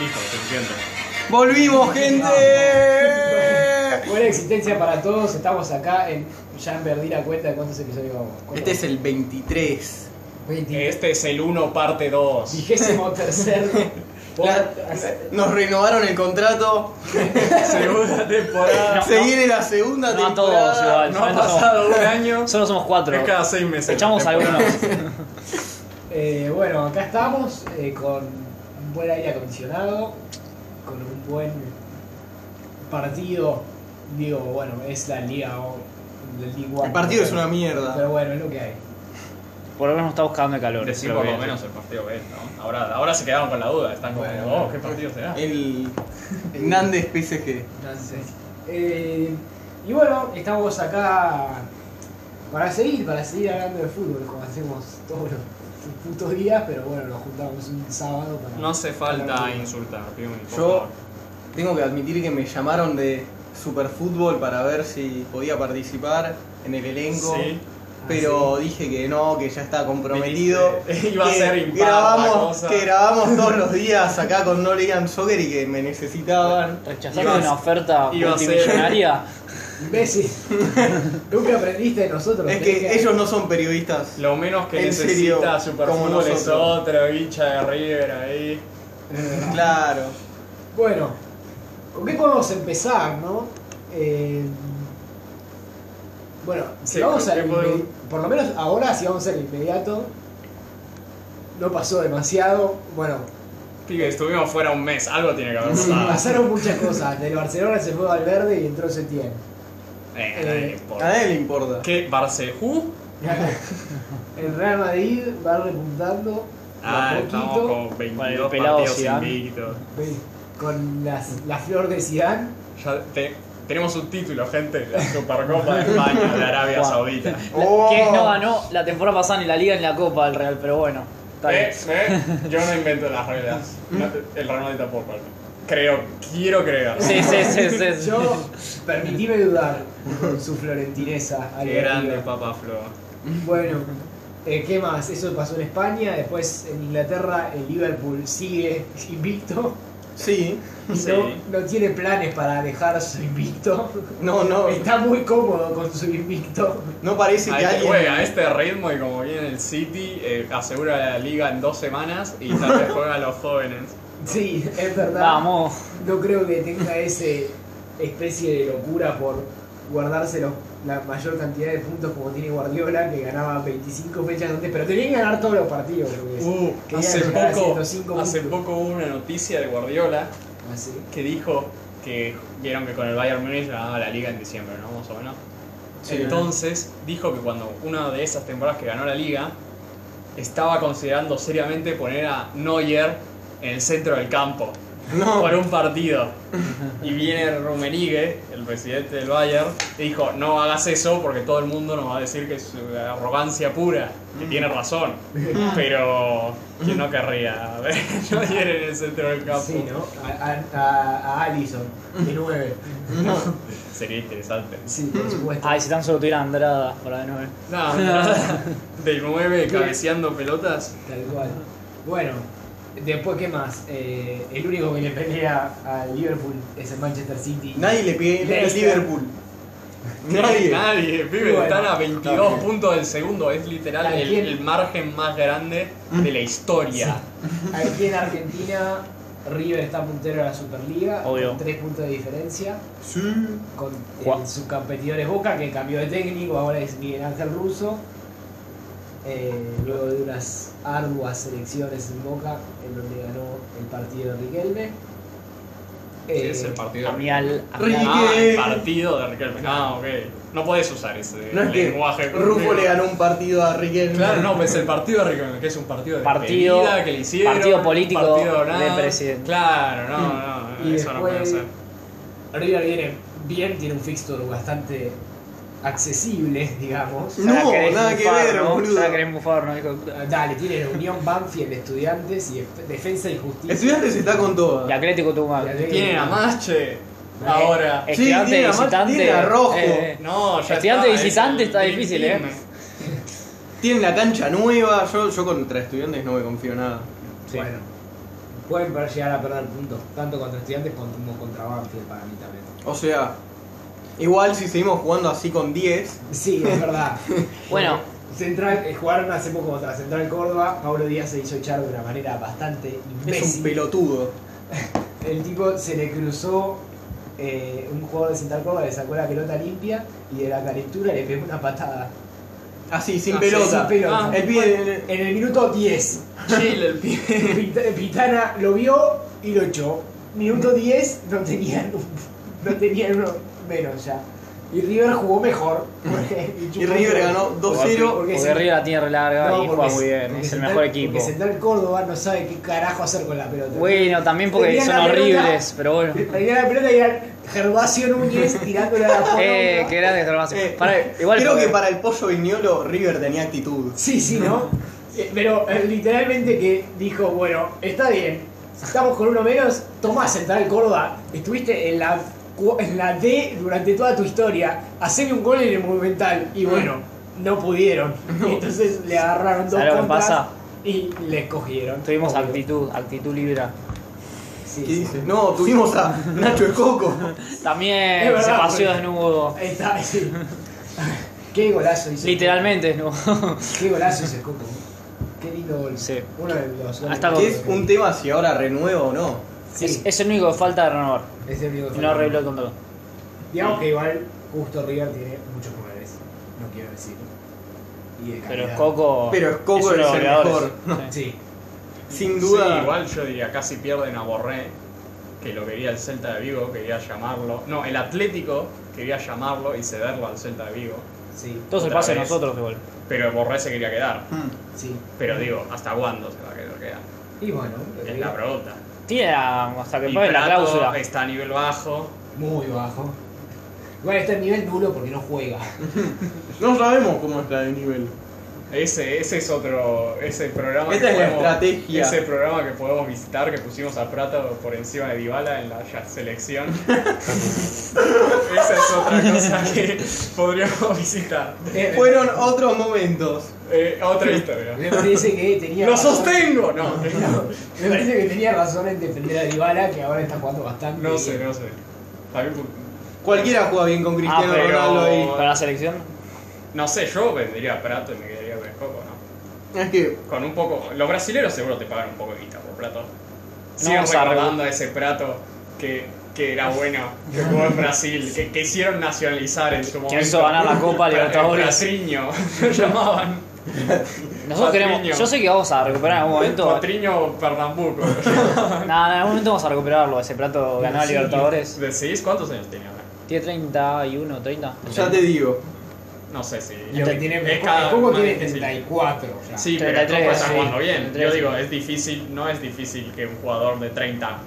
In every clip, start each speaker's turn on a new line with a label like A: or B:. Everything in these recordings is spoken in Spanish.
A: Listo, suficiente.
B: ¡Volvimos, gente!
C: Buena existencia para todos, estamos acá en. Ya perdí la cuenta de cuántos episodios vamos. ¿Cuántos?
B: Este es el 23.
C: 20,
A: Este es el 1 parte 2.
C: vigésimo tercer.
B: La- nos renovaron el contrato.
A: Segunda temporada.
D: No,
B: Se viene la segunda
D: no a todos,
B: temporada.
D: igual,
B: no ha
D: solamente a todos.
B: pasado un año.
D: Solo somos cuatro.
A: Es cada 6 meses.
D: Echamos algunos.
C: Eh, bueno, acá estamos eh, con un buen aire acondicionado, con un buen partido. Digo, bueno, es la liga o la liga.
B: El partido es una
C: Pero
B: mierda.
C: bueno, es lo que hay.
D: Por lo menos está buscando el calor.
A: Decir
D: creo
A: por lo
D: que-
A: menos el partido B, ¿no? Ahora, ahora se quedaron con la duda. Están como,
C: Bueno.
A: oh, ¿qué partido será?
B: El Hernández PSG.
C: Eh, y bueno, estamos acá para seguir, para seguir hablando de fútbol, como hacemos todos los putos días, pero bueno, nos juntamos un sábado para...
A: No hace falta
C: para-
A: insultar, Piumi, por
B: Yo
A: favor.
B: tengo que admitir que me llamaron de Superfútbol para ver si podía participar en el elenco.
A: Sí.
B: Pero dije que no, que ya está comprometido.
A: Dijiste, iba a
B: que
A: ser impar la
B: grabamos,
A: cosa.
B: Que grabamos todos los días acá con No League and Soccer y que me necesitaban.
D: ¿Rechazaste
A: Ibas-
D: una oferta
A: ibas a ser-
D: multimillonaria?
C: Imbécil, nunca aprendiste de nosotros.
B: Es
C: tenés
B: que ellos no son periodistas.
A: Lo menos que
B: En serio,
A: necesita
B: como
A: Superfútbol es
B: nosotros.
A: otro hincha de River ahí.
B: Claro.
C: Eh, Bueno, ¿con qué podemos empezar, no? Eh, bueno, si
A: Sí,
C: vamos
A: ¿con
C: al
A: qué podemos?
C: inmedi- por lo menos ahora si vamos al inmediato, no pasó demasiado. Bueno,
A: Pibe, estuvimos fuera un mes. Algo tiene que haber pasado.
C: pasaron muchas cosas. Del Barcelona se fue al verde y entró Setién.
A: Eh, a nadie le
C: Eh,
B: A
A: importa.
B: nadie le importa.
A: ¿Qué? ¿Barcejú?
C: El Real Madrid va repuntando
A: Ah,
C: a
A: estamos
C: poquito
A: con 22
D: el pelado
A: partidos
D: Zidane.
A: invictos.
C: Ve, con las- la flor de Zidane.
A: Ya te- tenemos un título, gente. La Supercopa de España, de Arabia
D: Wow.
A: Saudita.
D: La-
B: Oh.
D: Que no ganó la temporada pasada ni la liga ni la copa del Real, pero bueno. Está bien.
A: Eh, eh, Yo no invento las reglas. No, el Real Madrid tampoco. ¿eh? Creo, quiero creer.
D: Sí, sí, sí, sí. sí.
C: Yo permitíme dudar con su florentinesa.
A: Qué
C: aleativa.
A: grande, Papa Flo.
C: Bueno, eh, ¿qué más? Eso pasó en España, después en Inglaterra el Liverpool sigue invicto.
B: Sí.
C: y
A: Sí.
C: No, no tiene planes para dejar su invicto.
B: No, no.
C: Está muy cómodo con su invicto.
B: No parece que
A: Ahí
B: alguien.
A: juega a este ritmo y como viene el City, eh, asegura la liga en dos semanas y tal vez juega a los jóvenes.
C: Sí, es verdad.
D: Vamos.
C: No creo que tenga ese especie de locura por guardarse los- la mayor cantidad de puntos como tiene Guardiola, que ganaba 25 fechas antes, pero tenía que ganar todos los partidos. creo que es.
A: Uh,
C: Quería
A: hace
C: llegar a
A: poco,
C: 105
A: hace
C: puntos.
A: poco hubo una noticia de Guardiola
C: Así.
A: que dijo que vieron que con el Bayern Múnich ganaba la liga en diciembre, ¿no? Más o menos.
B: Sí.
A: Entonces dijo que cuando una de esas temporadas que ganó la liga, estaba considerando seriamente poner a Neuer en el centro del campo por un partido. Y viene Rummenigge, el presidente del Bayern, y dijo, no hagas eso porque todo el mundo nos va a decir que es eh, arrogancia pura, que tiene
C: Mm.
A: razón. Pero ¿quién no querría ver a Neuer en el centro del campo?
C: Sí, ¿no? A, a, a- a Allison, de 9.
A: Sería interesante.
C: Sí, por supuesto.
D: Mm. Ay, si tan solo tuviera Andrada para de nueve.
A: No, no. de 9 cabeceando pelotas.
C: Tal cual. Bueno, después, ¿qué más? Eh, el único que le pelea al Liverpool es el Manchester City.
B: Nadie le pide al
C: Leicester.
B: Liverpool. Nadie.
A: Nadie, pibe,
C: Bueno,
A: están a 22
B: también.
A: puntos del segundo. Es literal
C: ¿A
A: el,
C: quién?
A: el margen más grande de la historia.
C: Aquí en Argentina, River está puntero de la Superliga.
D: Obvio.
C: Con 3 puntos de diferencia.
B: Sí.
C: Con
D: Juan.
C: eh, sus competidores Boca, que cambió de técnico, ahora es Miguel Ángel Russo. Eh, luego de unas arduas elecciones en Boca, en donde ganó el partido de Riquelme.
A: Que es
C: Eh,
A: el partido.
D: A mí al. a mí al-
B: Ricky.
A: Ah, el partido de Riquelme. Ah, ok. No podés usar ese
B: No es
A: lenguaje.
B: que Rufo le ganó un partido a Riquelme.
A: Claro, no, pues el partido de Riquelme, que es un partido de
D: Partido-
A: despedida que le hicieron.
D: partido político
A: partido nada.
D: de presidente.
A: Claro, no, no,
C: Y
A: eso no puede
C: después-
A: ser.
C: River viene bien, tiene un fixture bastante accesible, digamos.
D: ya la
B: No,
D: querés
B: nada que
D: bufar,
B: ver,
D: ¿no?
B: boludo.
D: Ya la querés bufar, ¿no? Hijo de puta.
C: Dale, tiene Unión Banfield, Estudiantes y Def- Defensa y Justicia.
B: Estudiantes está con todas.
D: Y Atlético Tucumán.
C: Y Atlético-
A: Tiene a Mache ahora.
B: Eh,
D: Estudiante
B: tiene a Mat-
D: visitante. eh,
B: tiene a Rojo.
A: No, ya
D: estudiante
A: está, es
D: visitante
A: el
D: está
A: Dream
D: difícil,
A: Team.
D: eh.
B: Tienen la cancha nueva. Yo, yo contra estudiantes no me confío nada.
D: Sí.
C: Bueno, pueden per- llegar a perder puntos, tanto contra estudiantes como contra Banfield para mí también.
B: O sea, igual si seguimos jugando así con 10,
C: Sí, es verdad.
D: Bueno.
C: Central, eh, jugaron hace poco contra Central Córdoba, Mauro Díaz se hizo echar de una manera bastante
B: es un
C: imbécil.
B: pelotudo.
C: El tipo se le cruzó eh, un jugador de Central Córdoba, le sacó la pelota limpia y de la calentura le pegó una patada.
B: Así, sin
A: Ah, sí,
B: pelota.
C: sin pelota.
B: El pibe.
C: En el minuto 10,
A: Chill el pibe.
C: Pit- Pitana lo vio y lo echó. Minuto 10 no tenían, un- no tenían uno menos ya. Y River jugó mejor. porque-
B: Y River ganó 2-0.
C: Porque
D: Porque
C: sí.
D: Río la tiene re larga
C: No,
D: y
C: porque
D: juega
C: se-
D: muy bien,
C: porque
D: es el
C: Central-
D: mejor equipo.
C: Porque Central Córdoba no sabe qué carajo hacer con la pelota.
D: Bueno, también porque
C: Tenían
D: son
C: la pelota.
D: horribles, pero bueno.
C: Traían la pelota y eran Gervasio Núñez tirándola a la porra.
D: Eh, qué grande Gervasio.
B: eh,
D: Pará, igual
B: creo
D: porque-
B: que para el pollo viñolo River tenía actitud.
C: Sí, sí, ¿no? Eh, Pero eh, literalmente que dijo, bueno, está bien, estamos con uno menos, toma Central Córdoba, estuviste en la, cu- en la D durante toda tu historia, haceme un gol en el Monumental,
D: Mm.
C: y bueno, no pudieron. Entonces le agarraron dos
D: ¿Sabes lo que
C: contras
D: pasa?
C: y les cogieron.
D: Tuvimos
C: Obvio.
D: actitud, actitud libra.
C: Sí,
B: ¿Qué
C: sí.
B: dice? No, tuvimos a Nacho Escoco.
D: También
C: Es verdad,
D: se paseó
C: porque-
D: desnudo.
C: Ahí está, sí. Qué golazo hizo.
D: Literalmente desnudo.
C: Qué golazo hizo Coco. Qué lindo gol.
D: Sí.
C: Uno de los goles.
D: Hasta
B: Que es un tema si ahora renuevo o no.
C: Sí,
D: Es, es el único que falta de renovar.
C: es el único
D: Y
C: gol.
D: No arregló el contrato.
C: Digamos que igual Justo River tiene muchos jugadores. No quiero decirlo. Y de
D: Pero
C: calidad.
D: Coco.
B: Pero Escoco
D: es uno de
B: es
D: los
B: el
D: goleadores.
B: mejor.
D: Sí.
C: Sí.
B: Sin duda.
A: Sí, igual yo diría, casi pierden a Borré, que lo quería el Celta de Vigo, quería llamarlo. No, el Atlético quería llamarlo y cederlo al Celta de Vigo.
C: Sí.
D: Todo se
A: Otra
D: pasa a
A: vez.
D: nosotros igual.
A: Pero Borré se quería quedar.
B: Mm.
C: Sí.
A: Pero digo, ¿hasta cuándo se va a querer quedar?
C: Y bueno. eh,
A: Es la pregunta.
D: Tiene la- hasta que
A: Y
D: pague la
A: Prato eh,
D: cláusula.
A: está a nivel bajo.
C: Muy bajo. Igual está en nivel nulo porque no juega.
B: No sabemos cómo está el nivel.
A: Ese, ese es otro ese programa
B: Esta es la estrategia.
A: Ese programa que podemos visitar que pusimos a Prato por encima de Dybala en la ya- selección. Esa es otra cosa que podríamos visitar.
C: Eh,
B: Fueron otros momentos.
A: Eh, otra historia.
C: Me parece que tenía.
A: ¡Lo
C: razón.
A: sostengo! No, no,
C: Me parece que tenía razón en defender a Dybala, que ahora está jugando bastante.
A: no
C: bien.
A: sé, no sé. También pu-
B: Cualquiera juega bien con
D: Ah,
B: Cristiano
D: pero
B: Ronaldo
D: para la selección.
A: No sé, yo vendría a Prato y me quedaría con el Coco, ¿no?
B: y. Es que.
A: Con un poco. Los brasileños seguro te pagan un poco de guita por Prato. Sigan
D: vamos a
A: recordando a ese Prato que, que era bueno, que jugó en Brasil, que, que hicieron nacionalizar en su momento.
D: hizo ganar la Copa
A: Pra-
D: Libertadores.
A: Patriño, lo llamaban.
D: Nosotros
A: Patriño.
D: queremos. Yo sé que vamos a recuperar en algún momento.
A: Patriño Pernambuco.
D: Nada, en algún momento vamos a recuperarlo. Ese plato ganó a
C: Sí.
D: Libertadores.
A: ¿Decís cuántos años tenía ahora?
D: Tiene 31, 30.
B: Ya te digo.
A: No sé si.
C: Y lo que tiene,
A: es cada-
C: el juego
A: más
C: tiene
A: difícil.
C: 34 ya.
A: Sí, pero
D: 33,
A: el Coco está
D: sí,
A: jugando bien.
D: 33.
A: Yo digo, es difícil, no es difícil que un jugador de 30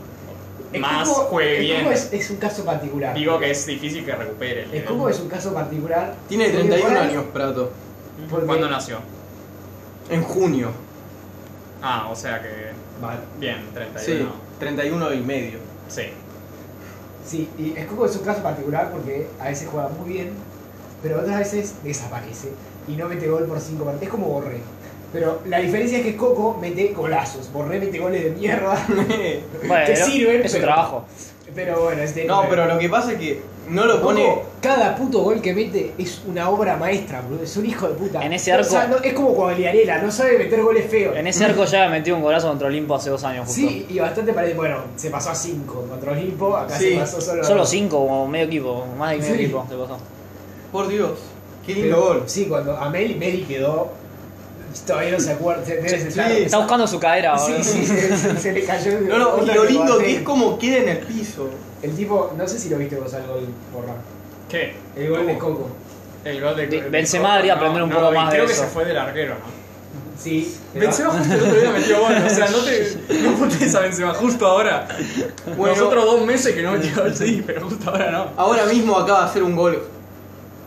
C: El
A: más
C: Cuco-
A: juegue
C: el
A: bien.
C: Cuco es, es un caso particular.
A: Digo que es difícil que recupere el
C: el
A: nivel.
C: Cuco es un caso particular.
B: Tiene
C: porque
B: 31
C: por ahí-
B: años, Prato.
C: porque-
A: ¿Cuándo nació?
B: En junio.
A: Ah, o sea que.
C: Vale.
A: Bien, 31.
B: Sí, 31 y medio.
A: Sí.
C: Sí, y el Cuco es un caso particular porque a veces juega muy bien, pero otras veces desaparece y no mete gol por 5 partidos. Es como Borré. Pero la diferencia es que Coco mete golazos. Borré mete goles de mierda.
D: Bueno,
C: que sirven,
D: es su
C: pero-
D: trabajo.
C: Pero bueno, este.
B: no, pero lo que pasa es que no lo
C: Coco,
B: pone.
C: cada puto gol que mete es una obra maestra, boludo. Es un hijo de puta.
D: En ese
C: No
D: arco-
C: sabe- no- es como Cuagliarela, no sabe meter goles feos.
D: En ese arco ya metió un golazo contra Olimpo hace dos años, justo.
C: Sí, y bastante parecido. Bueno, se pasó a 5 contra Olimpo, acá
B: Sí,
C: se pasó solo a
D: Solo cinco o medio equipo, más de medio
C: Sí.
D: equipo se pasó.
B: Por Dios. Qué lindo
C: Pero,
B: gol.
C: Sí, cuando a Meli, Meli quedó. Todavía no se acuerda, se debe sentar.
B: Sí.
D: Está buscando su cadera,
C: Sí,
D: boludo.
C: sí, se, se- se le cayó el
B: No, no, y
C: otra
B: lo
C: vez
B: lindo
C: cuando
B: que es
C: hace-
B: como queda en el piso.
C: El tipo, no sé si lo viste vos al gol, porra.
A: ¿Qué? Uh,
C: El gol de Coco.
A: El gol de.
D: De-
A: de-
D: Benzema
A: no,
D: debería aprender un
A: no,
D: poco
A: y
D: más de
A: creo
D: eso.
A: que se fue del arquero, ¿no?
C: Sí. pero-
A: Benzema justo el otro día metió gol. O sea, no te. No putees a Benzema justo ahora.
B: Bueno.
A: Nosotros dos meses que no metió gol, sí, pero justo ahora no.
B: Ahora mismo acaba de hacer un gol.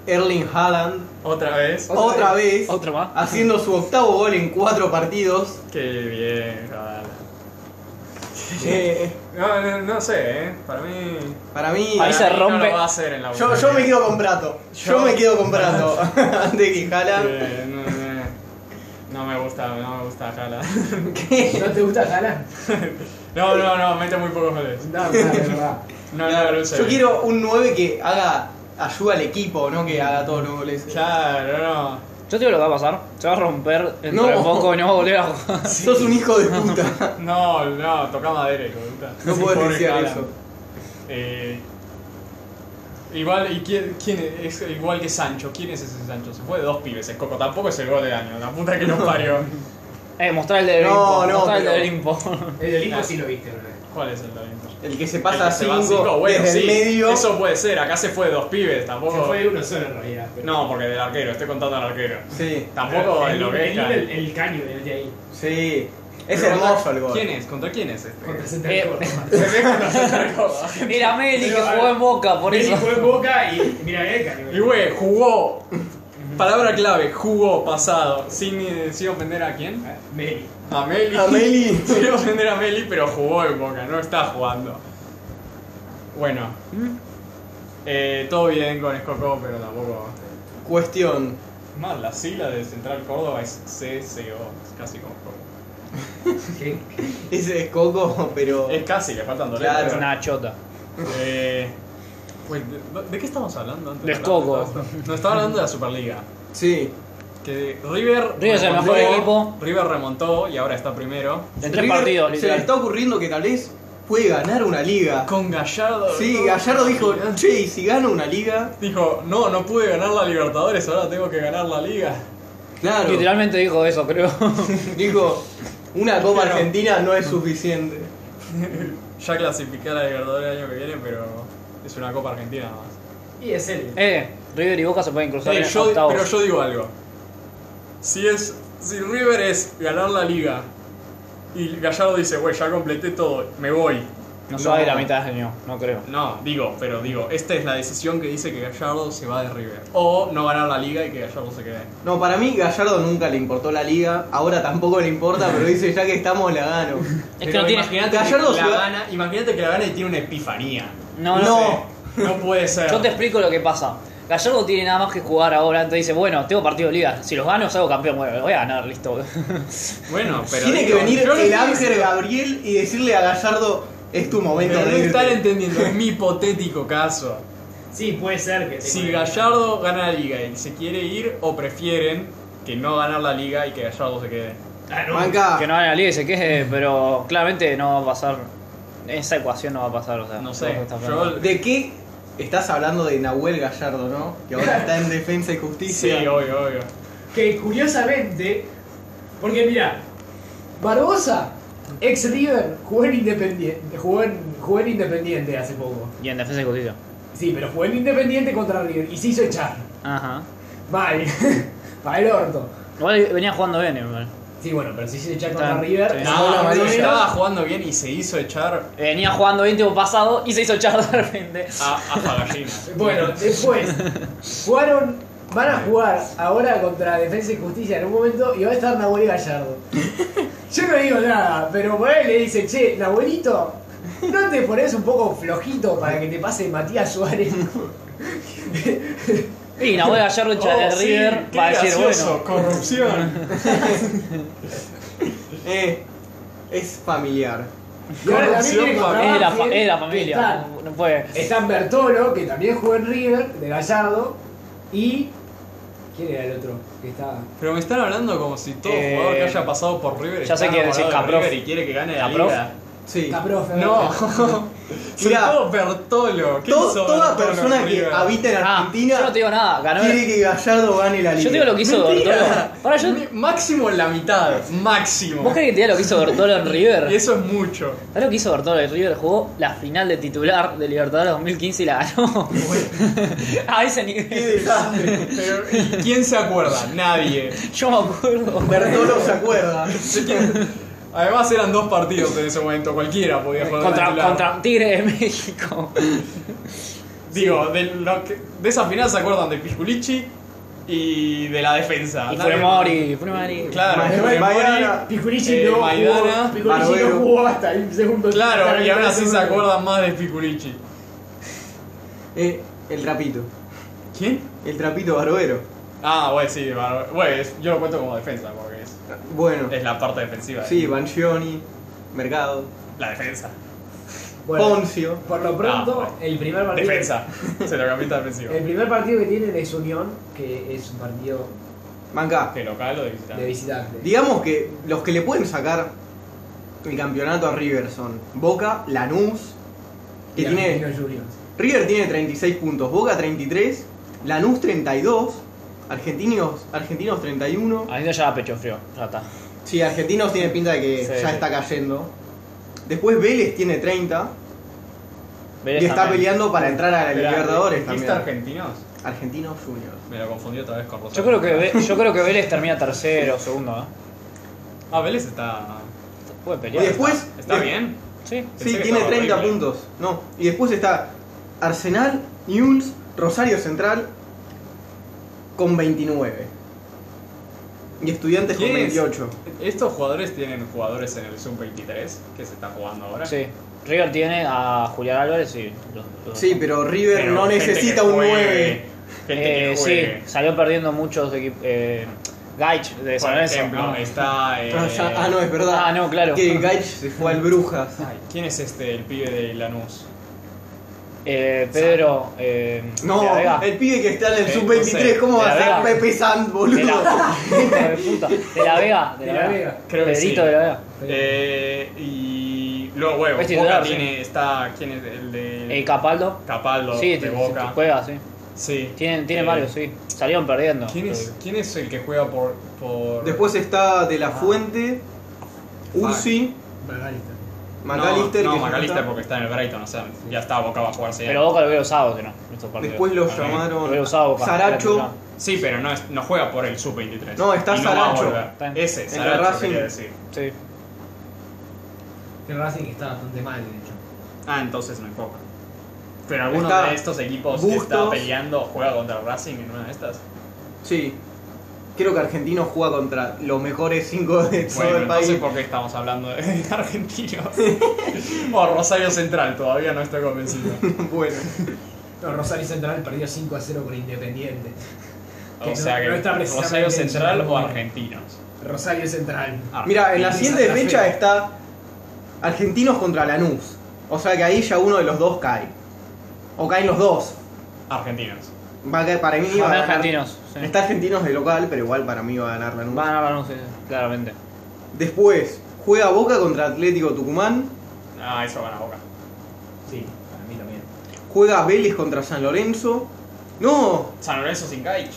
B: Erling Haaland,
A: Otra vez.
C: Otra
B: otra, vez,
D: Otro más.
B: haciendo su octavo gol en cuatro partidos.
A: Qué bien, Haaland.
B: Eh,
A: No, no, no sé, ¿eh? Para mí.
B: para mí,
D: Ahí se
A: para mí No
D: rompe.
A: lo va a hacer en la
B: yo, yo me quedo con Prato. Yo,
A: Yo-
B: me quedo con Prato. Antes que Haaland.
A: Eh, no, no, no me gusta, no me gusta Haaland.
C: ¿No te gusta Jala?
A: No, no, no, mete muy pocos goles.
C: No, no, de verdad.
A: No, no, no,
B: Yo quiero un 9 que haga ayuda al equipo, no que haga todos los goles.
A: Claro, no.
D: Yo te digo lo que va a pasar. Se va a romper entre
B: No.
D: poco y no va a volver a jugar.
B: Sos un hijo de puta.
A: No, no, toca madera, hijo de puta.
B: No
A: Sí,
B: puedes
A: pobre
B: decir
A: Haaland.
B: eso.
A: Eh, igual, ¿y quién, quién es? es Igual que Sancho. ¿Quién es ese Sancho? Se fue de dos pibes, el Coco. Tampoco es el gol del año, la puta que lo parió.
D: Eh, mostrar el de
B: No,
D: Olimpo.
B: no,
D: mostrar
B: pero-
D: el de Olimpo.
C: El del Inco sí lo viste, bro.
A: ¿Cuál es el del Inter?
B: El que se pasa a
A: El que se va a
B: 5
A: bueno,
B: desde el
A: sí,
B: medio.
A: Eso puede ser, acá se fue de dos pibes, tampoco.
C: Se fue uno solo en realidad. pero-
A: Oh. No, porque del arquero, estoy contando al arquero.
B: Sí,
A: Tampoco
C: el,
A: es lo que es.
C: el, el, el caño que mete ahí.
B: sí. Es
A: Pero
B: hermoso
A: contra-
B: el gol.
A: ¿Quién es? ¿Contra quién es este?
C: Contra Central
D: Eh,
C: Córdoba.
D: Mira, Meli, que
C: Pero, a
D: jugó
C: ver,
D: en Boca, por
C: Messi
D: eso.
C: fue en boca y mira, el caño.
A: Y güey, jugó. Palabra clave, jugó pasado. Sin, eh, sin ofender a quién?
C: Ah, Meli.
A: A Meli.
B: A Meli.
A: Sin ofender a Meli, pero jugó en Boca, no está jugando. Bueno. Eh, todo bien con Escoco, pero tampoco.
B: Cuestión.
A: Más, la sigla de Central Córdoba es CCO, es casi como Coco.
C: ¿Qué?
B: Ese es Coco, pero.
A: Es casi, le faltan dos
B: Claro.
D: Es
A: letras.
D: una chota.
A: Eh, güey, ¿de, de qué estamos hablando antes?
D: De
A: hablar todo
D: Escoco.
A: esto? No, estaba hablando de la Superliga.
B: Sí.
A: Que River.
D: River es el
A: remontó,
D: mejor equipo.
A: River remontó y ahora está primero.
D: En tres
B: River
D: partidos,
B: Se le
D: literal.
B: está ocurriendo que tal vez puede ganar una liga.
A: Con Gallardo.
B: Sí,
A: ¿no?
B: Gallardo dijo, che, y si gano una liga.
A: Dijo, no, no pude ganar la Libertadores, ahora tengo que ganar la Liga.
B: Claro.
D: Literalmente dijo eso, creo.
B: Dijo, una Copa
A: Claro.
B: Argentina no es suficiente.
A: Ya clasifiqué a la Libertadores el año que viene, pero es una Copa Argentina nada más.
C: Y es él.
D: eh, River y Boca se pueden cruzar
A: Eh,
D: en
A: yo-
D: octavos.
A: pero yo digo algo. Si es si River es ganar la Liga y Gallardo dice, güey, ya completé todo, me voy.
D: No se va a ir a mitad de año, no creo.
A: No, digo, pero digo, esta es la decisión que dice que Gallardo se va de River. O no ganar la liga y que Gallardo se quede.
B: No, para mí Gallardo nunca le importó la liga, ahora tampoco le importa, pero dice, ya que estamos la gano.
D: Es que
A: Pero
D: no tiene.
A: imagínate
B: Gallardo
A: que
B: se
A: la
B: va-
A: gana, imagínate que la gana y tiene una epifanía.
D: No, no.
B: No.
A: No puede ser.
D: Yo te explico lo que pasa. Gallardo tiene nada más que jugar ahora, entonces dice, bueno, tengo partido de liga. Si los gano, salgo campeón. Bueno, voy a ganar, listo.
A: Bueno, pero
B: Tiene que
A: digo,
B: venir
A: yo no
B: el
A: estoy-
B: Ángel Gabriel y decirle a Gallardo, es tu momento
A: Pero no
B: de irte".
A: están entendiendo, es mi hipotético caso.
C: Sí, puede ser que.
A: Si
C: tenga-
A: Gallardo gana la liga y se quiere ir, o prefieren que no ganar la liga y que Gallardo se quede.
C: Ah, no.
B: Banca,
D: que no gane la liga y se queje, pero claramente no va a pasar. Esa ecuación no va a pasar, o sea.
A: No sé,
D: está
A: yo-
D: claro.
B: ¿de qué estás hablando de Nahuel Gallardo, no? Que ahora está en Defensa y Justicia.
A: Sí, obvio, obvio.
C: Que curiosamente. Porque mira, Barbosa, ex River, jugó en Independiente. Jugó en, jugó en Independiente hace poco.
D: Y en defensa y justicia.
C: Sí, pero jugó en Independiente contra River y se hizo echar.
D: Ajá.
C: Mal. Para el orto.
D: Igual venía jugando bien, igual.
C: Sí, bueno, pero se hizo echar contra
D: Está-
C: River.
D: sí.
C: sacó
A: No,
C: la
A: no
C: amarilla.
A: estaba jugando bien y se hizo echar
D: Venía jugando bien tiempo pasado y se hizo echar de repente.
A: a, a Fagallina.
C: Bueno, después jugaron, van a jugar ahora contra Defensa y Justicia en un momento y va a estar Nahuel Gallardo. Yo no digo nada, pero por ahí le dice, che, Nahuelito, ¿no te pones un poco flojito para que te pase Matías Suárez?
D: Y Nahuel Gallardo echa de
A: Oh, sí,
D: River
A: qué
D: va a decir,
A: gracioso,
D: bueno.
A: corrupción.
B: Eh, es familiar.
C: Y ahora también
A: Corrupción,
C: tiene contra
A: familia.
D: Es de la, fa-
C: Banfield,
D: es de la
C: que
D: familia,
C: están-
D: no, no puede.
C: Están Bertolo, que también jugó en River, de Gallardo, y... ¿Quién era el otro que estaba?
A: Pero me están hablando como si todo
D: Eh,
A: jugador que haya pasado por River
D: ya sé
A: está
D: quién
A: enamorado
D: decís,
A: de
D: Caprof.
A: River y quiere que gane la
D: Caprof.
A: liga.
B: Sí.
C: Caprofe.
A: No, sobre
B: Mirá.
A: todo Bertolo. ¿Qué
B: To-
A: hizo
B: toda
A: Bertolo en
B: persona que
A: River?
B: habita en
D: Ah, yo no
B: Argentina
D: te digo nada, ganó.
B: quiere que Gallardo gane la liga.
D: Yo te digo lo que hizo
A: Mentira.
D: Bertolo. Pará, yo-
A: Mi- Máximo en la mitad,
D: ¿Vos
A: máximo.
D: crees que te diga lo que hizo Bertolo en
A: Y
D: River?
A: eso es mucho.
D: ¿Sabés lo que hizo Bertolo en River? Jugó la final de titular de Libertadores 2015 y la ganó. a ese
B: Qué
D: nivel.
B: desastre.
A: Pero, ¿y ¿Quién se acuerda? Nadie.
D: Yo me acuerdo.
B: Bertolo se acuerda.
A: Además eran dos partidos en ese momento, cualquiera podía jugar. de
D: Contra,
A: titular.
D: contra Tigre de México.
A: Digo, de, lo que- de esa final se acuerdan de Pisculichi y de la defensa.
D: Y
A: Nadie-
D: Funemori, Funemori.
A: Claro,
B: Ma-
A: Funemori,
B: Maidana.
C: Piculici
A: Eh,
C: no,
A: Maidana,
C: jugó, Piculici
B: Barbero.
C: no jugó hasta el segundo hasta
A: Claro,
C: la
A: y aún
C: mitad del
A: así se
C: segundo.
A: acuerdan más de Pisculichi.
B: Eh, el trapito.
A: ¿Quién?
B: El trapito barbero.
A: Ah, bueno, sí, Bar- bueno, es- yo lo cuento como defensa porque es,
B: Bueno.
A: es la parte defensiva.
B: Sí, Bancioni, Mercado.
A: La defensa.
C: Bueno,
B: Poncio.
C: por lo pronto,
A: Ah, bueno.
C: el primer partido.
A: Defensa. Centrocampista defensivo.
B: Eh,
C: El primer partido que tienen es Unión, que es un partido
B: Manca.
A: ¿De local o de
C: de
A: visitante?
C: visitante.
B: Digamos que los que le pueden sacar el campeonato a River son Boca, Lanús, que
C: Y
B: tiene.
C: Argentinos Juniors.
B: River tiene 36 puntos, Boca 33, Lanús 32, Argentinos, Argentinos 31.
D: A mí me lleva pecho frío, ya está.
B: Sí, Argentinos tiene pinta de que
D: Sí,
B: ya
D: sí.
B: está cayendo. Después Vélez tiene 30
D: Vélez
B: y está
D: también.
B: peleando para entrar a la
A: Esperá,
B: Libertadores
A: ¿dijiste
B: también.
A: argentinos?
B: Argentinos Juniors.
A: Me lo confundí otra vez con Rosario.
D: Yo creo, que Ve- yo creo que Vélez termina tercero o segundo, ¿eh?
A: Ah, Vélez está.
D: Puede
B: Y
D: pelear.
B: después.
A: ¿Está
B: de-
A: bien?
D: Sí.
A: Pensé
B: Sí,
A: que
B: tiene
A: estaba
B: 30
A: horrible.
B: puntos. No. Y después está Arsenal, Newell's, Rosario Central con 29. Y Estudiantes con
A: ¿Quién es?
B: 28.
A: ¿Estos jugadores tienen jugadores en el Sub-23 que se está jugando ahora?
D: Sí. River tiene a Julián Álvarez y. los- los-
B: Sí, pero River
A: Pero
B: no
A: gente
B: necesita
A: que
B: un
A: juegue,
B: 9.
A: Gente
D: Eh,
A: que
D: sí,
A: juegue.
D: salió perdiendo muchos equipos. Eh, Gaich de San
A: Por
D: Lorenzo.
A: ejemplo,
D: No.
A: está. eh,
B: Ah, ya- ah, no, es verdad.
D: Ah, no, claro. Ah.
B: Que Gaich se fue al Brujas.
A: ay, ¿Quién es este, el pibe de Lanús?
D: Eh, Pedro. Eh,
B: No,
D: de la Vega.
B: el pibe que está en el
A: Eh,
B: sub-23,
A: no sé,
B: ¿cómo
D: de
B: va
D: la
B: a ser
D: Vega.
B: Pepe Sand,
D: De
B: boludo?
D: la, Hijo de puta. De la Vega. De, la, Vega.
A: Creo que
D: Pedrito
A: sí.
D: de la Vega.
A: Eh, y luego, bueno,
D: Es
A: Boca
D: titular, sí.
A: tiene, está, ¿quién es el de
D: Eh, Capaldo.
A: Capaldo
D: sí,
A: de
D: tiene-
A: Boca?
D: juega, sí.
A: Sí.
D: Tienen, tienen
A: Eh,
D: varios, sí. Salieron perdiendo.
A: ¿quién es, ¿Quién es el que juega por, por
B: Después está De
A: Ah.
B: La Fuente, Uzi,
C: Margarita.
B: McAllister.
A: No,
B: que
A: no
B: ya
A: McAllister
B: está.
A: porque está en el Brighton, o sea, ya está, Boca va a jugarse.
D: Pero Boca lo hubiera usado, si no. estos partidos.
B: Después lo
A: También.
D: Lo
B: llamaron
D: hubiera usado Boca.
B: Saracho.
A: Sí, pero no, es- no juega por el Sub-23.
B: No, está
A: Y va a
B: Saracho.
A: volver.
D: Está bien.
A: Ese,
B: el
A: Saracho
B: Racing.
A: quería decir.
D: Sí.
C: El Racing que está bastante mal, de hecho.
A: Ah, entonces no importa. Pero alguno
B: Está
A: de estos equipos que está
B: Bustos.
A: peleando juega contra el Racing en una de estas.
B: Sí. Creo que Argentino juega contra los mejores 5 de todo
A: Bueno,
B: el
A: entonces
B: país.
A: ¿por qué estamos hablando de argentinos? o Rosario Central, todavía no estoy convencido.
B: bueno,
C: No, Rosario Central perdió 5 a 0 con Independiente. Que
A: O sea
C: no-
A: que
C: no está precisamente
A: Rosario
C: en
A: Central
C: su
A: o
C: lugar.
A: Argentinos.
C: Rosario Central.
A: Ah,
B: mira, en la siguiente
C: Santa Fe.
B: fecha está Argentinos contra Lanús. O sea que ahí ya uno de los dos cae. O caen los dos.
A: Argentinos.
B: Va a caer para mí.
D: Van
B: va a ganar-
D: argentinos. sí.
B: Está Argentinos de local, pero igual para mí va a ganar Lanús.
D: Van a ganar, no sé, claramente.
B: Después juega Boca contra Atlético Tucumán.
A: Ah, eso gana Boca.
C: Sí, para mí también.
B: Juega Vélez contra San Lorenzo. No,
A: San Lorenzo sin Gaich.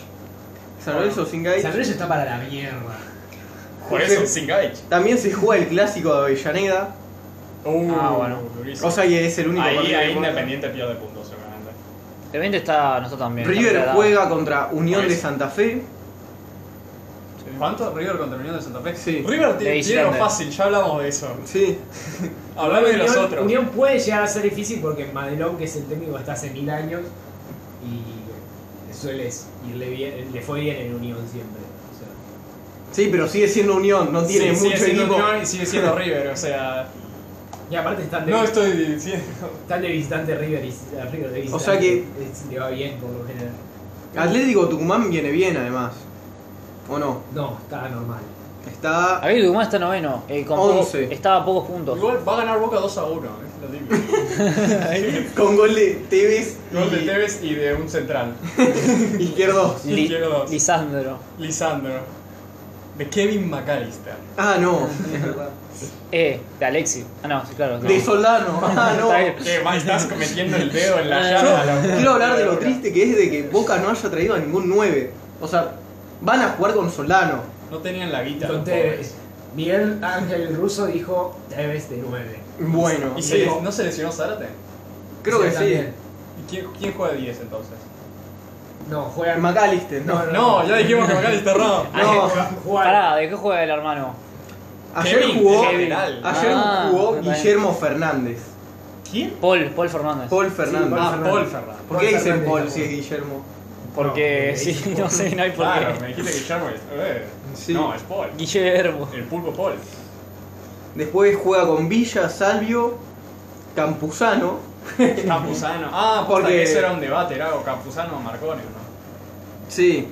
B: San Lorenzo sin Gaich.
C: San Lorenzo está para la mierda.
A: Por
B: Sí.
A: eso sin Gaich.
B: También se juega el clásico de Avellaneda.
A: Uh,
D: Ah, bueno.
A: durísimo.
B: O sea que es el único partido
A: ahí
B: que
A: ahí
B: importa.
A: Independiente pierde puntos seguramente.
D: De 20 está, no está tan bien.
B: River
D: Está
B: juega contra Unión
A: Por
B: de
A: eso.
B: Santa Fe.
A: ¿Cuánto? River contra Unión de Santa Fe.
B: Sí.
A: River
D: De
A: tiene
D: Islander.
A: dinero fácil, ya hablamos de eso.
B: Sí.
A: Hablame de los
C: Unión,
A: otros.
C: Unión puede llegar a ser difícil porque Madelón, que es el técnico, está hace mil años y suele irle bien, le fue bien en Unión siempre. O sea,
B: Sí, pero sigue siendo Unión, no tiene
A: Sí, sigue
B: mucho
A: siendo
B: equipo.
A: Unión y sigue siendo River, o sea.
C: Y aparte están de,
A: No estoy diciendo.
C: están de visitante River y a River de visitante.
B: O sea que-
C: es- le va bien por lo general.
B: Atlético Tucumán viene bien además. ¿O no?
C: No, está normal.
B: Está.
D: Ahí Dumas está noveno. eh, con poco-
B: 11.
D: estaba a pocos puntos.
A: Igual va a ganar Boca 2 a 1, es lo típico.
B: Con gol de Tevez
A: Gol de
B: y-
A: Tevez y de un central.
B: izquierdos.
D: Li-
A: Quiero dos.
D: Lisandro.
A: Lisandro. De Kevin McAllister.
B: Ah, no. es verdad.
D: Eh, de Alexis. Ah, no, sí, claro. no.
B: De Soldano. Ah, no.
D: Está bien.
A: ¿Qué más estás metiendo el dedo en la
B: Yo
A: llave? a la-
B: quiero hablar de lo
A: Boca.
B: triste que es de que Boca no haya traído a ningún 9. O sea, van a jugar con Soldano.
A: No tenían la guita.
C: Con
A: los
C: Tevez.
A: pobres.
C: Miguel Ángel Russo dijo Tevez de 9.
B: Bueno,
A: ¿Y
B: sí.
A: se les- no se lesionó Zárate?
B: creo que sí.
C: también.
A: ¿Y quién, quién juega de 10 entonces?
C: No, juega
B: McAllister, no. Ah,
A: No, ya dijimos que McAllister no.
B: No.
D: Pará, ¿de qué juega el hermano?
B: Ayer
A: Kevin,
B: jugó,
A: Kevin.
B: ayer
D: Ah,
B: jugó
D: está bien.
B: Guillermo Fernández.
A: ¿Quién?
D: Paul, Paul Fernández.
B: Paul Fernández.
C: Paul
A: Ah,
C: Fernández.
A: Paul Fernández.
B: ¿Por qué
C: Paul
B: dicen
C: Fernández,
B: Paul
C: está
B: si es
C: bueno.
B: Guillermo?
D: Porque
C: No,
D: sí,
C: Paul.
D: no sé, no hay por
A: Claro,
D: qué.
A: me dijiste que Guillermo es. eh,
B: Sí.
A: No, es Paul.
D: Guillermo.
A: El pulpo Paul.
B: Después juega con Villa, Salvio, Campuzano.
A: Campuzano. Ah,
B: Porque-
A: porque eso era un debate, era o Campuzano o Marcone, ¿no?
B: Sí.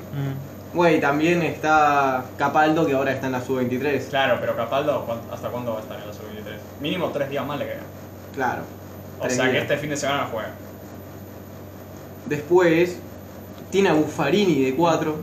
B: Güey, también está Capaldo que ahora está en la sub-23.
A: Claro, pero Capaldo, ¿cuán- ¿hasta cuándo va a estar en la sub-23? Mínimo tres días más le quedan.
B: Claro.
A: O
B: Tres
A: sea que
B: días.
A: este fin de semana no juega.
B: Después tiene a Buffarini de 4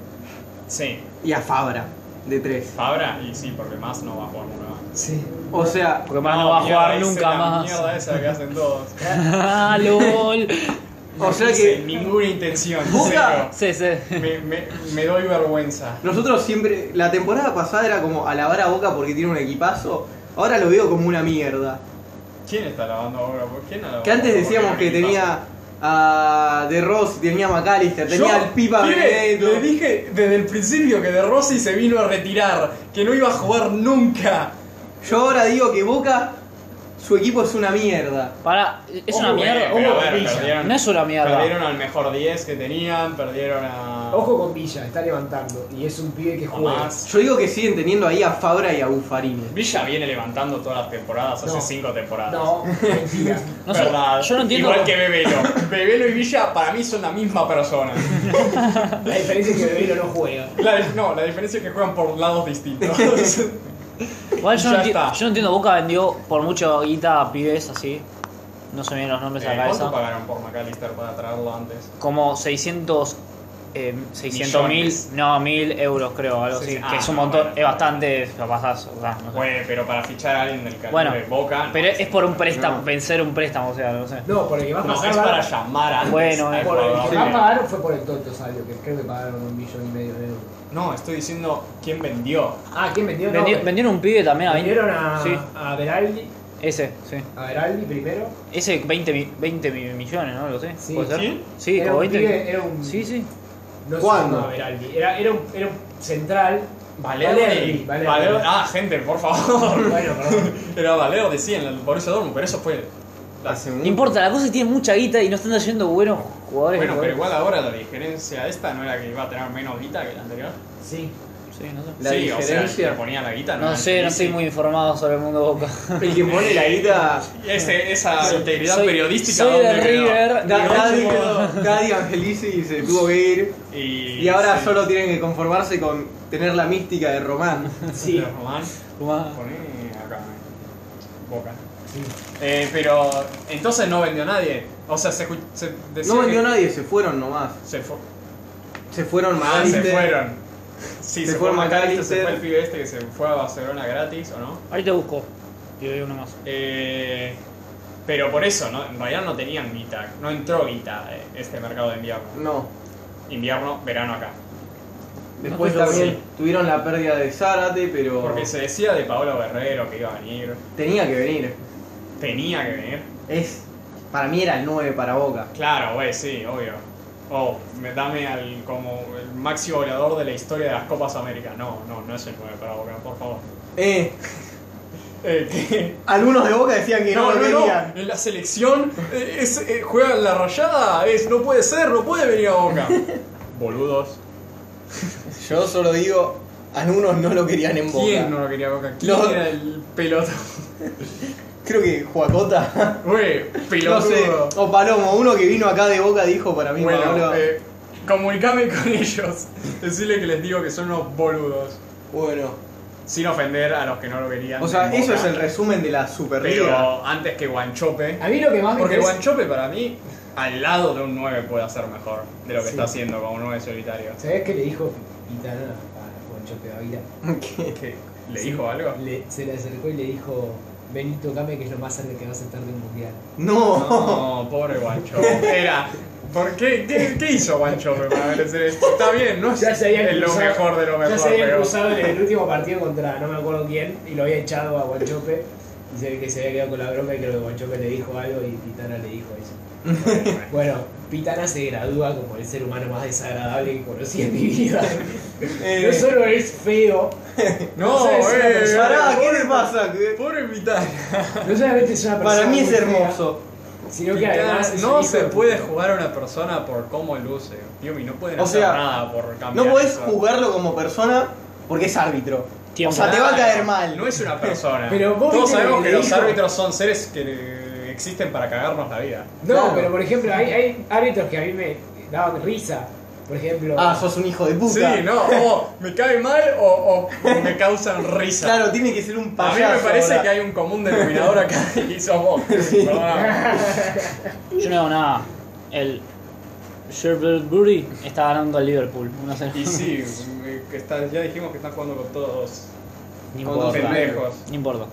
A: Sí,
B: y a Fabra de 3.
A: Fabra, y sí, porque más no va a jugar nunca más.
D: Sí.
B: O sea,
D: Porque más no va a
A: mierda,
D: jugar
A: esa es
D: nunca
A: la
D: más.
A: Mierda esa que hacen todos.
D: Ah, LOL.
B: o sea
A: Sin
B: que
A: ninguna intención.
B: Boca-
D: Sí, sí.
A: cero. Me, me, me doy vergüenza.
B: nosotros siempre, la temporada pasada era como alabar a Boca porque tiene un equipazo, ahora lo veo como una mierda.
A: ¿Quién está lavando ahora? ¿Quién la
B: Que antes
A: lavó?
B: decíamos que
A: Porque no me pasa.
B: tenía a De Rossi, tenía a McAllister, tenía
A: Yo,
B: al Pipa
A: pibe,
B: Benedetto.
A: Le dije desde el principio que De Rossi se vino a retirar, que no iba a jugar nunca.
B: Yo ahora digo que Boca, su equipo es una mierda.
D: Pará, es una
C: Ojo,
D: mierda.
C: eh,
A: Pero, a ver,
C: Villa.
A: perdieron,
D: No es una mierda.
A: Perdieron al mejor 10 que tenían, perdieron a.
C: Ojo con Villa, está levantando. Y es un pibe que
A: a
C: juega.
A: más.
B: Yo digo que siguen teniendo ahí a Fabra y a Buffarini.
A: Villa viene levantando todas las temporadas,
C: No.
A: hace 5 temporadas.
C: No, mentira.
D: No sé,
A: Verdad.
D: yo no entiendo
A: Igual
D: cómo-
A: que Bebelo. Bebelo y Villa para mí son la misma persona.
C: La diferencia es que Bebelo no juega.
A: La di- no, la diferencia es que juegan por lados distintos. Eh,
D: Igual yo, no
A: Ya
D: enti-
A: está.
D: yo no entiendo, Boca vendió por mucho guita a pibes así. No se me vienen los nombres a
A: Eh,
D: la
A: ¿Cuánto
D: cabeza.
A: pagaron por McAllister para traerlo antes?
D: Como 600. Eh, 600 mil,
A: Millones.
D: no, mil euros creo, algo
A: Sí,
D: así,
A: sí. Ah,
D: que es un montón,
A: bueno.
D: es bastante, lo pasás, o sea, no sé.
A: Bueno, pero para fichar a alguien del calibre
D: Bueno,
A: de Boca. no,
D: pero es por un préstamo,
B: No.
D: vencer un préstamo, o sea, no sé.
C: No, por el que más
A: No,
C: pasar
A: es
C: va-
A: para llamar a.
D: Bueno,
A: al
D: eh.
C: Por el
A: jugador.
C: que más pagaron fue por el tonto Salvio, que creo que pagaron un millón y medio de euros.
A: No, estoy diciendo quién vendió.
C: Ah, ¿quién vendió? No,
D: Vendi- vendieron un pibe también a 20.
C: vendieron a,
D: Sí,
C: a Beraldi.
D: ese, sí.
C: A Beraldi primero.
D: Ese 20, mi- 20 mi- millones, ¿no? Lo sé.
C: Sí.
D: ¿Puede ser?
A: ¿Sí?
D: Sí,
C: Era
D: como
C: un
D: 20.
C: pibe, era un-
D: Sí, sí.
C: No
B: ¿Cuándo?
C: se llamaba Beraldi. Era, era, un, era un central.
A: Valerdi.
C: Valerdi, Valerdi.
A: Valerdi. Ah, gente, por favor.
C: Bueno, perdón.
A: Era Valerdi, sí, en el Borussia Dortmund, pero eso fue.
B: Hace
D: No
B: mucho.
D: importa, la cosa es que tiene mucha guita y no están trayendo buenos jugadores.
A: Bueno,
D: de
A: pero
D: jugadores.
A: igual ahora la diferencia esta no era que iba a tener menos guita que la anterior.
C: Sí.
D: Sí, no sé.
B: La
A: sí, o sea,
B: diferencia-
A: el que ponía la guita.
D: No
A: era
D: sé, no estoy
A: difícil.
D: muy informado sobre el mundo Boca.
B: El que pone la guita.
A: Ese- esa integridad
D: Soy-
A: periodística.
D: Soy de
A: ¿dónde quedó?
D: River.
B: Da-
D: digo,
B: Daddy,
A: último-
B: Daddy Angelici se tuvo que ir.
A: Y,
B: Y ahora
A: sí.
B: solo tienen que conformarse con tener la mística de Román.
C: Sí.
A: Pero Román,
D: Román.
A: poné acá. eh, Boca. Eh, pero entonces no vendió nadie. O sea, se, escu- se decía
B: No vendió
A: que-
B: nadie, se fueron nomás.
A: Se, fu-
B: Se fueron
A: Ah,
B: más.
A: se fueron. Sí,
B: Se
A: se,
B: fueron
A: fueron Macalister, se
B: McAllister.
A: fue el pibe este que se fue a Barcelona gratis, ¿o no?
D: Ahorita busco. Y doy uno más.
A: Eh, pero por eso, ¿no? en realidad no tenían guita, no entró guita eh, este mercado de invierno.
B: No.
A: Invierno, verano acá.
B: Después
D: No,
B: también
A: sí.
B: tuvieron la pérdida de Zárate, pero
A: Porque se decía de Paolo Guerrero que iba a venir,
B: tenía que venir.
A: tenía que venir.
B: Es. Para mí era el 9 para Boca.
A: Claro, güey, sí, obvio. Oh, me dame al, como el máximo goleador de la historia de las Copas América. No, no, no es el 9 para Boca, por favor.
B: Eh,
A: Eh, ¿qué?
B: algunos de Boca decían que
A: No,
B: no,
A: no, no.
B: querían.
A: En la selección eh, es, eh, juega en la rayada. Es, no puede ser, no puede venir a Boca. Boludos.
B: Yo solo digo, algunos no lo querían en Boca.
A: ¿Quién no lo quería a Boca? ¿Quién
B: Los-
A: era el pelota?
B: Creo que Juacota.
A: Güey,
B: No sé.
A: pelotudo.
B: O Palomo, uno que vino acá de Boca dijo para mí
A: Bueno,
B: Pablo,
A: eh, comunicame con ellos. Decirle que les digo que son unos boludos.
B: Bueno.
A: Sin ofender a los que no lo querían.
B: O sea,
A: en
B: eso es
A: Boca.
B: el resumen de la Superliga.
A: Pero antes que Guanchope.
C: A mí lo que más me
A: Porque
C: interesa-
A: Guanchope para mí, al lado de un 9 puede hacer mejor de lo que
C: Sí.
A: está haciendo con un 9 solitario.
C: ¿Sabés qué le dijo Pitana a Juancho Pedavira?
A: ¿Qué? ¿Le
C: Sí.
A: dijo algo?
C: Le- se le acercó y le dijo, vení, tocame que es lo más cerca que vas a estar de un mundial.
B: No.
A: No, pobre Guancho. Era. ¿Por qué, qué, qué hizo Guancho para merecer esto? Está bien, no es
C: Ya se habían
A: es lo
C: cruzado-
A: mejor de lo mejor.
C: Ya se habían
A: pero-
C: cruzado en el último partido contra no me acuerdo quién y lo había echado a Guanchope y se ve que se había quedado con la bronca y creo que Guanchope le dijo algo y Pitana le dijo eso. Bueno, Pitana se gradúa como el ser humano más desagradable que conocí en mi vida. No
B: Eh,
C: solo es feo,
A: No,
C: No sé, es una
A: eh,
C: persona-
B: pará, ¿qué le pasa?
A: Pobre Pitana.
C: no solamente es una persona
B: Para mí es
C: muy fea,
B: hermoso.
C: sino que además es un
A: no
C: hijo
A: se
C: de
A: puede
C: puta.
A: jugar a una persona por cómo luce. Tío, y no pueden
B: O
A: hacer
B: sea,
A: nada por cambiar.
B: No podés
A: eso.
B: jugarlo como persona porque es árbitro.
D: Tiempo.
B: O sea, te va a caer mal.
A: No es una persona.
C: Pero vos
A: Todos
C: viste lo
A: sabemos
C: que
A: que
C: le
A: los
C: dijo.
A: árbitros son seres que eh, existen para cagarnos la vida.
C: No,
B: Claro.
C: pero por ejemplo, hay, hay árbitros que a mí me daban risa. Por ejemplo.
B: Ah, sos un hijo de
A: Sí,
B: puta.
A: no, o me cae mal o, o- o me causan risa.
B: Claro, tiene que ser un
A: a mí
B: payaso.
A: me parece
B: ahora.
A: que hay un común denominador acá y sos vos. Perdóname.
D: Yo no veo nada. El Sherbury está ganando al Liverpool. No sé.
A: Y sí, eh, que está- ya dijimos que están jugando con todos
D: Ni
A: con dos
D: importa.
A: pendejos.
D: No importa.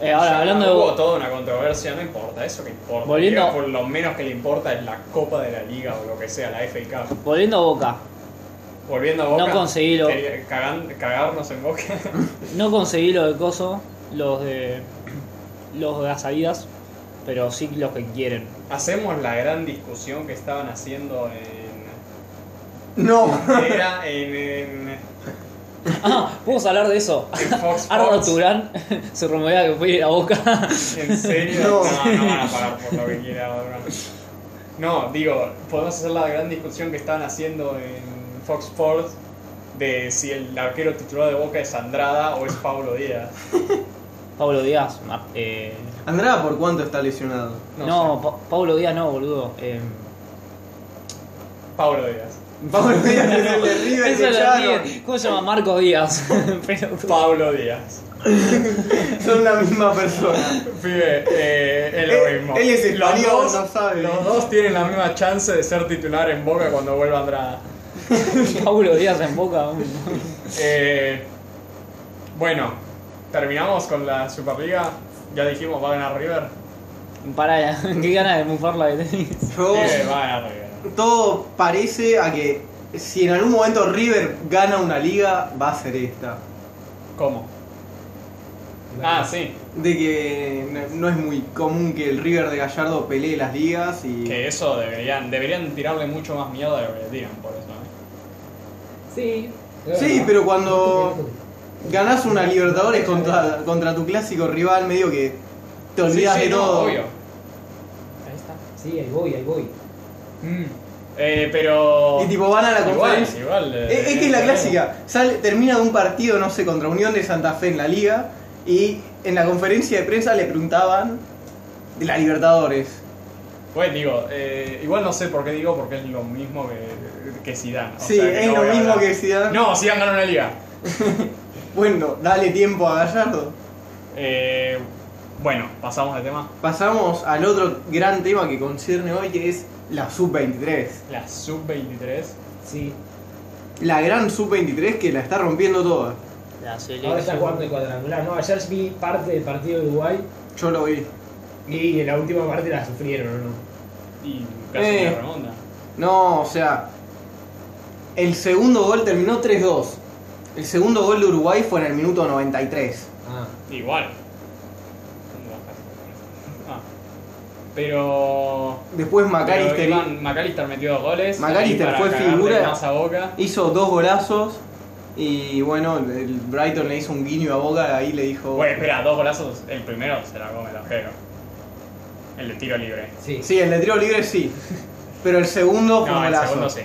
D: Eh, ahora, hablando de.
A: Hubo toda una controversia, no importa, eso que importa.
D: Volviendo-
A: Por lo menos que le importa es la Copa de la Liga o lo que sea, la FA Cup.
D: Volviendo a Boca,
A: Volviendo a Boca.
D: No conseguí lo-
A: quería- cagan- cagarnos en Boca.
D: no conseguí los de Coso, los de. los de las salidas, pero sí los que quieren.
A: Hacemos la gran discusión que estaban haciendo en...
B: No.
A: Era en... en-
D: Ah, podemos hablar de eso.
A: en Fox
D: Arnold
A: Sports.
D: Turán se rumorea que puede ir a Boca.
A: ¿En serio?
B: No.
A: No. no, van a pagar por lo que quiera, bro. No, digo, podemos hacer la gran discusión que estaban haciendo en Fox Sports de si el arquero titular de Boca es Andrada o es Pablo Díaz.
D: Pablo Díaz. ma- eh,
B: Andrada, ¿por cuánto está lesionado?
A: No
D: no, Pa- Pablo Díaz no, boludo. eh,
A: Pablo Díaz.
B: Pablo Díaz es el de River
D: eso
B: que
D: lo
B: echaron.
D: tiene- ¿Cómo se llama? Marco Díaz. Pero-
A: Pablo Díaz.
B: Son la misma persona.
A: Pibe, eh, es lo
B: Él-
A: mismo.
B: él es
A: Los
B: español,
A: dos-
B: no sabe.
A: Los dos tienen la misma chance de ser titular en Boca cuando vuelva Andrada.
D: Pablo Díaz en Boca.
A: Eh, bueno, terminamos con la Superliga. Ya dijimos, va a ganar River.
D: Pará, qué ganas de mufarla que tenés.
B: Yo-
A: Pibe, va a ganar River.
B: todo parece a que si en algún momento River gana una liga, va a ser esta.
A: ¿Cómo? Ah, sí.
B: De que no- no es muy común que el River de Gallardo pelee las ligas y.
A: Que eso deberían, deberían tirarle mucho más miedo de lo que le tiran por eso. ¿eh?
C: Sí.
B: Sí, pero cuando ganás una Libertadores contra, contra tu clásico rival, medio que te olvidas
A: Sí, sí,
B: de
A: no,
B: todo.
A: obvio.
C: Ahí está. Sí, ahí voy, ahí voy.
A: Mm. Eh, pero.
B: Y tipo van a la
A: igual,
B: conferencia.
A: igual. eh,
B: Es, es que es la clásica. Sale, termina de un partido, no sé, contra Unión de Santa Fe en la liga. Y en la conferencia de prensa le preguntaban de la Libertadores.
A: Bueno, digo, eh, igual no sé por qué digo, porque es lo mismo que, que Zidane. o
B: Sí,
A: sea, que
B: es
A: no
B: lo
A: voy a
B: mismo
A: hablar.
B: que Zidane.
A: No, Zidane ganó una liga.
B: Bueno, dale tiempo a Gallardo.
A: Eh, bueno, pasamos de tema.
B: Pasamos al otro gran tema que concierne hoy, que es la Sub-23.
A: La sub-23.
C: Sí.
B: La gran Sub-23 que la está rompiendo toda.
D: La selección.
C: Ahora está jugando el cuadrangular. No, ayer vi parte del partido de Uruguay
B: Yo lo vi.
C: y en la última parte la sufrieron, ¿no?
A: Y casi
B: Eh.
A: una remonta.
B: No, o sea, el segundo gol terminó 3-2. El segundo gol de Uruguay fue en el minuto 93.
C: Ah.
A: Igual. Ah. Pero.
B: Después
A: pero
B: McAllister
A: Iván McAllister metió dos goles. Ahí
B: McAllister
A: para
B: fue
A: cagarle
B: figura.
A: Más a boca.
B: hizo dos golazos y bueno, el Brighton le hizo un guiño a Boca, ahí le dijo...
A: Bueno, espera, dos golazos. El primero se la come el arquero. El de tiro libre.
C: Sí.
B: Sí, el de tiro libre sí. Pero el segundo fue
A: No,
B: un
A: el
B: golazo.
A: segundo sí.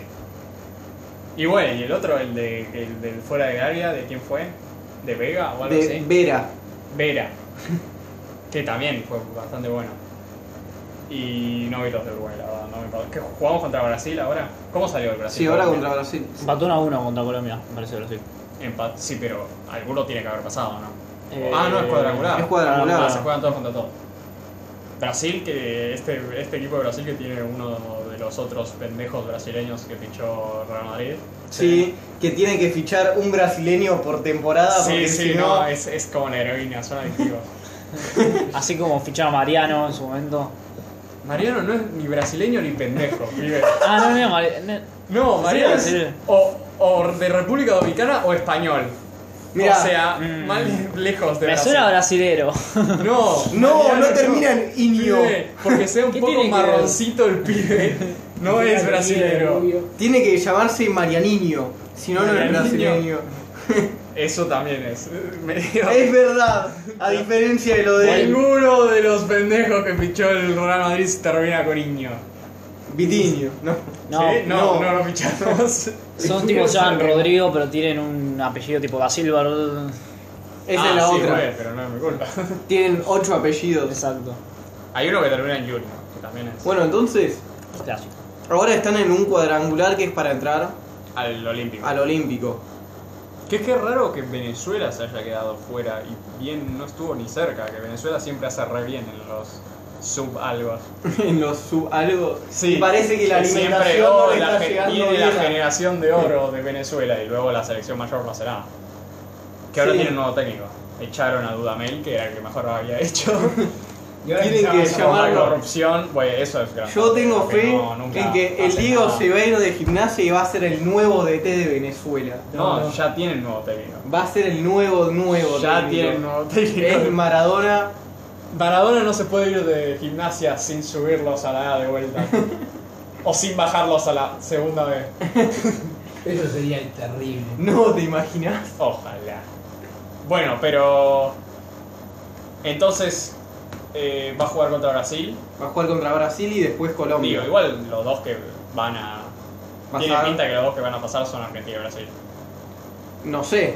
A: Y bueno, y el otro, el, de, el del fuera del área, ¿de quién fue? ¿De Vega o algo
B: de
A: así?
B: Vera.
A: Vera. Que también fue bastante bueno. Y no vi los de Uruguay, la verdad. No me parece. ¿Qué, ¿Jugamos contra Brasil ahora? ¿Cómo salió el Brasil?
B: Sí, ahora
A: Colombia?
B: contra Brasil.
D: Empató 1 a 1 contra Colombia, me parece Brasil.
A: Empat- sí, pero alguno tiene que haber pasado, ¿no?
D: Eh,
A: ah, no, es cuadrangular.
B: es cuadrangular.
A: Ah, se juegan todos contra todos. Brasil, que este, este equipo de Brasil que tiene uno de los otros pendejos brasileños que pinchó Real Madrid.
B: Sí, que tiene que fichar un brasileño por temporada
A: Sí,
B: porque
A: sí,
B: si
A: no,
B: no,
A: es, es como una heroína, son adictivos.
D: Así como fichaba Mariano en su momento.
A: Mariano no es ni brasileño ni pendejo, pibe.
D: Ah, no, no, Mariano.
A: No,
D: Sí,
A: Mariano es
D: sí.
A: o, o de República Dominicana o español.
B: Mirá.
A: o sea,
D: Mm.
A: más lejos de
D: Me
A: Brasil.
D: suena brasilero.
A: No,
B: no,
A: Mariano
B: no termina en Inio.
A: Pibe, porque sea un
D: ¿Qué
A: poco
D: tiene que ver?
A: marroncito el pibe. No
C: Mira,
A: es brasilero.
C: obvio.
B: Tiene que llamarse Marianiño, si no, no es
A: Marianiño.
B: brasileño.
A: Eso también es. medio-
B: Es verdad, a diferencia de lo de
A: Ninguno de los pendejos que pichó el Real Madrid se termina con Iño.
B: Vitiño, ¿no?
D: No,
A: ¿Sí? no,
B: no.
A: no lo pichamos.
D: Son tipo San Rodrigo, pero tienen un apellido tipo da Silva.
B: Esa
A: Ah,
B: es la
A: sí,
B: otra.
A: güey, pero no es mi culpa.
B: Tienen ocho apellidos.
D: Exacto.
A: Hay uno que termina en Junior, que también es.
B: Bueno, entonces,
D: Clásico.
B: Ahora están en un cuadrangular que es para entrar
A: al Olímpico.
B: al Olímpico.
A: Que es que raro que Venezuela se haya quedado fuera y bien no estuvo ni cerca, que Venezuela siempre hace re bien en los subalgos.
B: en los sub algo.
A: Sí,
B: Parece que la
A: siempre,
B: alimentación
A: oh,
B: no le
A: la
B: está
A: gen-
B: llegando
A: viene
B: bien
A: la
B: a-
A: generación de oro de Venezuela y luego la selección mayor no será. Que ahora
B: Sí.
A: tienen nuevo técnico. Echaron a Dudamel, que era el que mejor lo había hecho.
C: Y ahora
B: Tienen
C: empezamos
B: que
C: a-
A: Por la
B: Llamarlo.
A: corrupción, bueno, eso es grave.
B: Yo tengo
A: Porque
B: fe
A: no, nunca
B: en que el
A: hacen
B: Diego
A: nada.
B: se va a ir de gimnasia y va a ser el nuevo DT de Venezuela.
A: No,
C: No, no.
A: ya tienen nuevo técnico.
B: Va a ser el nuevo, nuevo.
A: Ya
B: técnico.
A: tienen nuevo
B: Es
A: técnico.
B: Maradona.
A: Maradona no se puede ir de gimnasia sin subirlos a la A de vuelta. o sin bajarlos a la segunda vez.
C: Eso sería terrible.
B: No te imaginas.
A: Ojalá. Bueno, pero. Entonces. eh, va a jugar contra Brasil.
B: Va a jugar contra Brasil y después Colombia.
A: Digo, igual los dos que van a.
B: Pasar.
A: Tiene pinta que los dos que van a pasar son Argentina y Brasil.
B: No sé.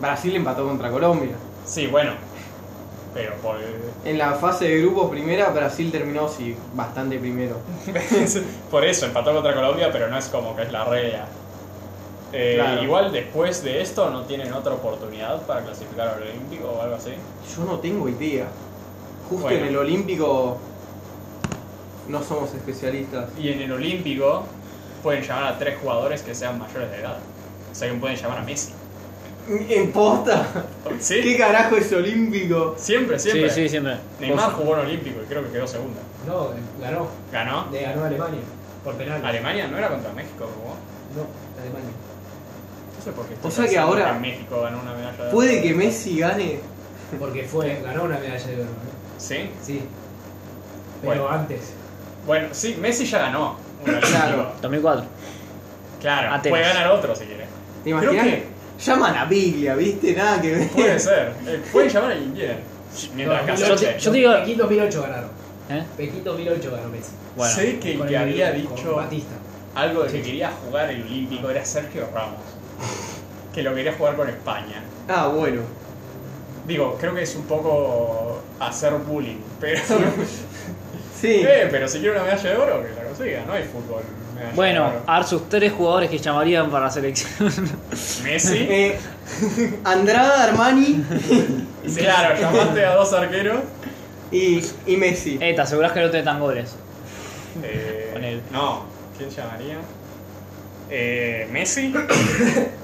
B: Brasil empató contra Colombia.
A: Sí, bueno. Pero por.
B: En la fase de grupos primera, Brasil terminó sí, bastante primero.
A: por eso empató contra Colombia, pero no es como que es la regla. Eh,
B: Claro.
A: Igual después de esto no tienen otra oportunidad para clasificar al Olímpico o algo así.
B: Yo no tengo idea. Justo
A: Bueno.
B: en el Olímpico no somos especialistas.
A: Y en el Olímpico pueden llamar a tres jugadores que sean mayores de edad. O sea que pueden llamar a Messi.
B: ¿En posta?
A: ¿Sí?
B: ¿Qué carajo es Olímpico?
A: Siempre,
D: Sí,
A: siempre.
D: sí, siempre.
A: Neymar jugó en Olímpico y creo que quedó segunda.
C: No, ganó.
A: ¿Ganó?
C: Le ganó a Alemania. Por penal.
A: Alemania no era contra México, jugó.
C: No, Alemania.
A: No sé por qué.
B: O
A: estoy
B: sea que
A: pensando
B: ahora-
A: en México ganó una medalla. de
B: ¿Puede
A: oro.
B: que Messi gane?
C: Porque fue, ganó una medalla de oro. ¿eh?
A: Sí.
C: Sí. Pero
A: Bueno.
C: antes.
A: Bueno, sí, Messi ya ganó. un Olímpico.
B: Claro.
D: 2004.
A: Claro.
D: Atenas.
A: Puede ganar otro si quiere.
B: ¿Te imaginas?
A: Creo
B: Llaman a Biglia, ¿viste? Nada que ver.
A: Puede ser. Eh, pueden llamar a quien quieran. Mientras
C: No,
A: Casote-
D: yo te- yo te digo-
C: Pekín 2008 ganaron.
D: ¿Eh?
C: Pekín 2008 ganó Messi.
D: Bueno.
A: Sé que el
C: Con
A: que
C: el-
A: había
C: con
A: dicho
C: Batista.
A: algo de que
C: Sí.
A: quería jugar el Olímpico era Sergio Ramos. Que lo quería jugar con España.
B: Ah, bueno.
A: Digo, creo que es un poco hacer bullying, pero.
B: Sí.
A: Eh, pero si quiere una medalla de oro, que la consiga, no hay fútbol. medalla de
D: Bueno, ah.
A: oro.
D: Arsus, tres jugadores que llamarían para la selección.
A: Messi.
B: Eh, Andrada, Armani
A: Sí, claro, llamaste a dos arqueros.
B: y, y Messi.
D: eh, te asegurás que no te dan goles.
A: Eh,
D: Con él.
A: No, ¿quién llamaría? Eh, Messi.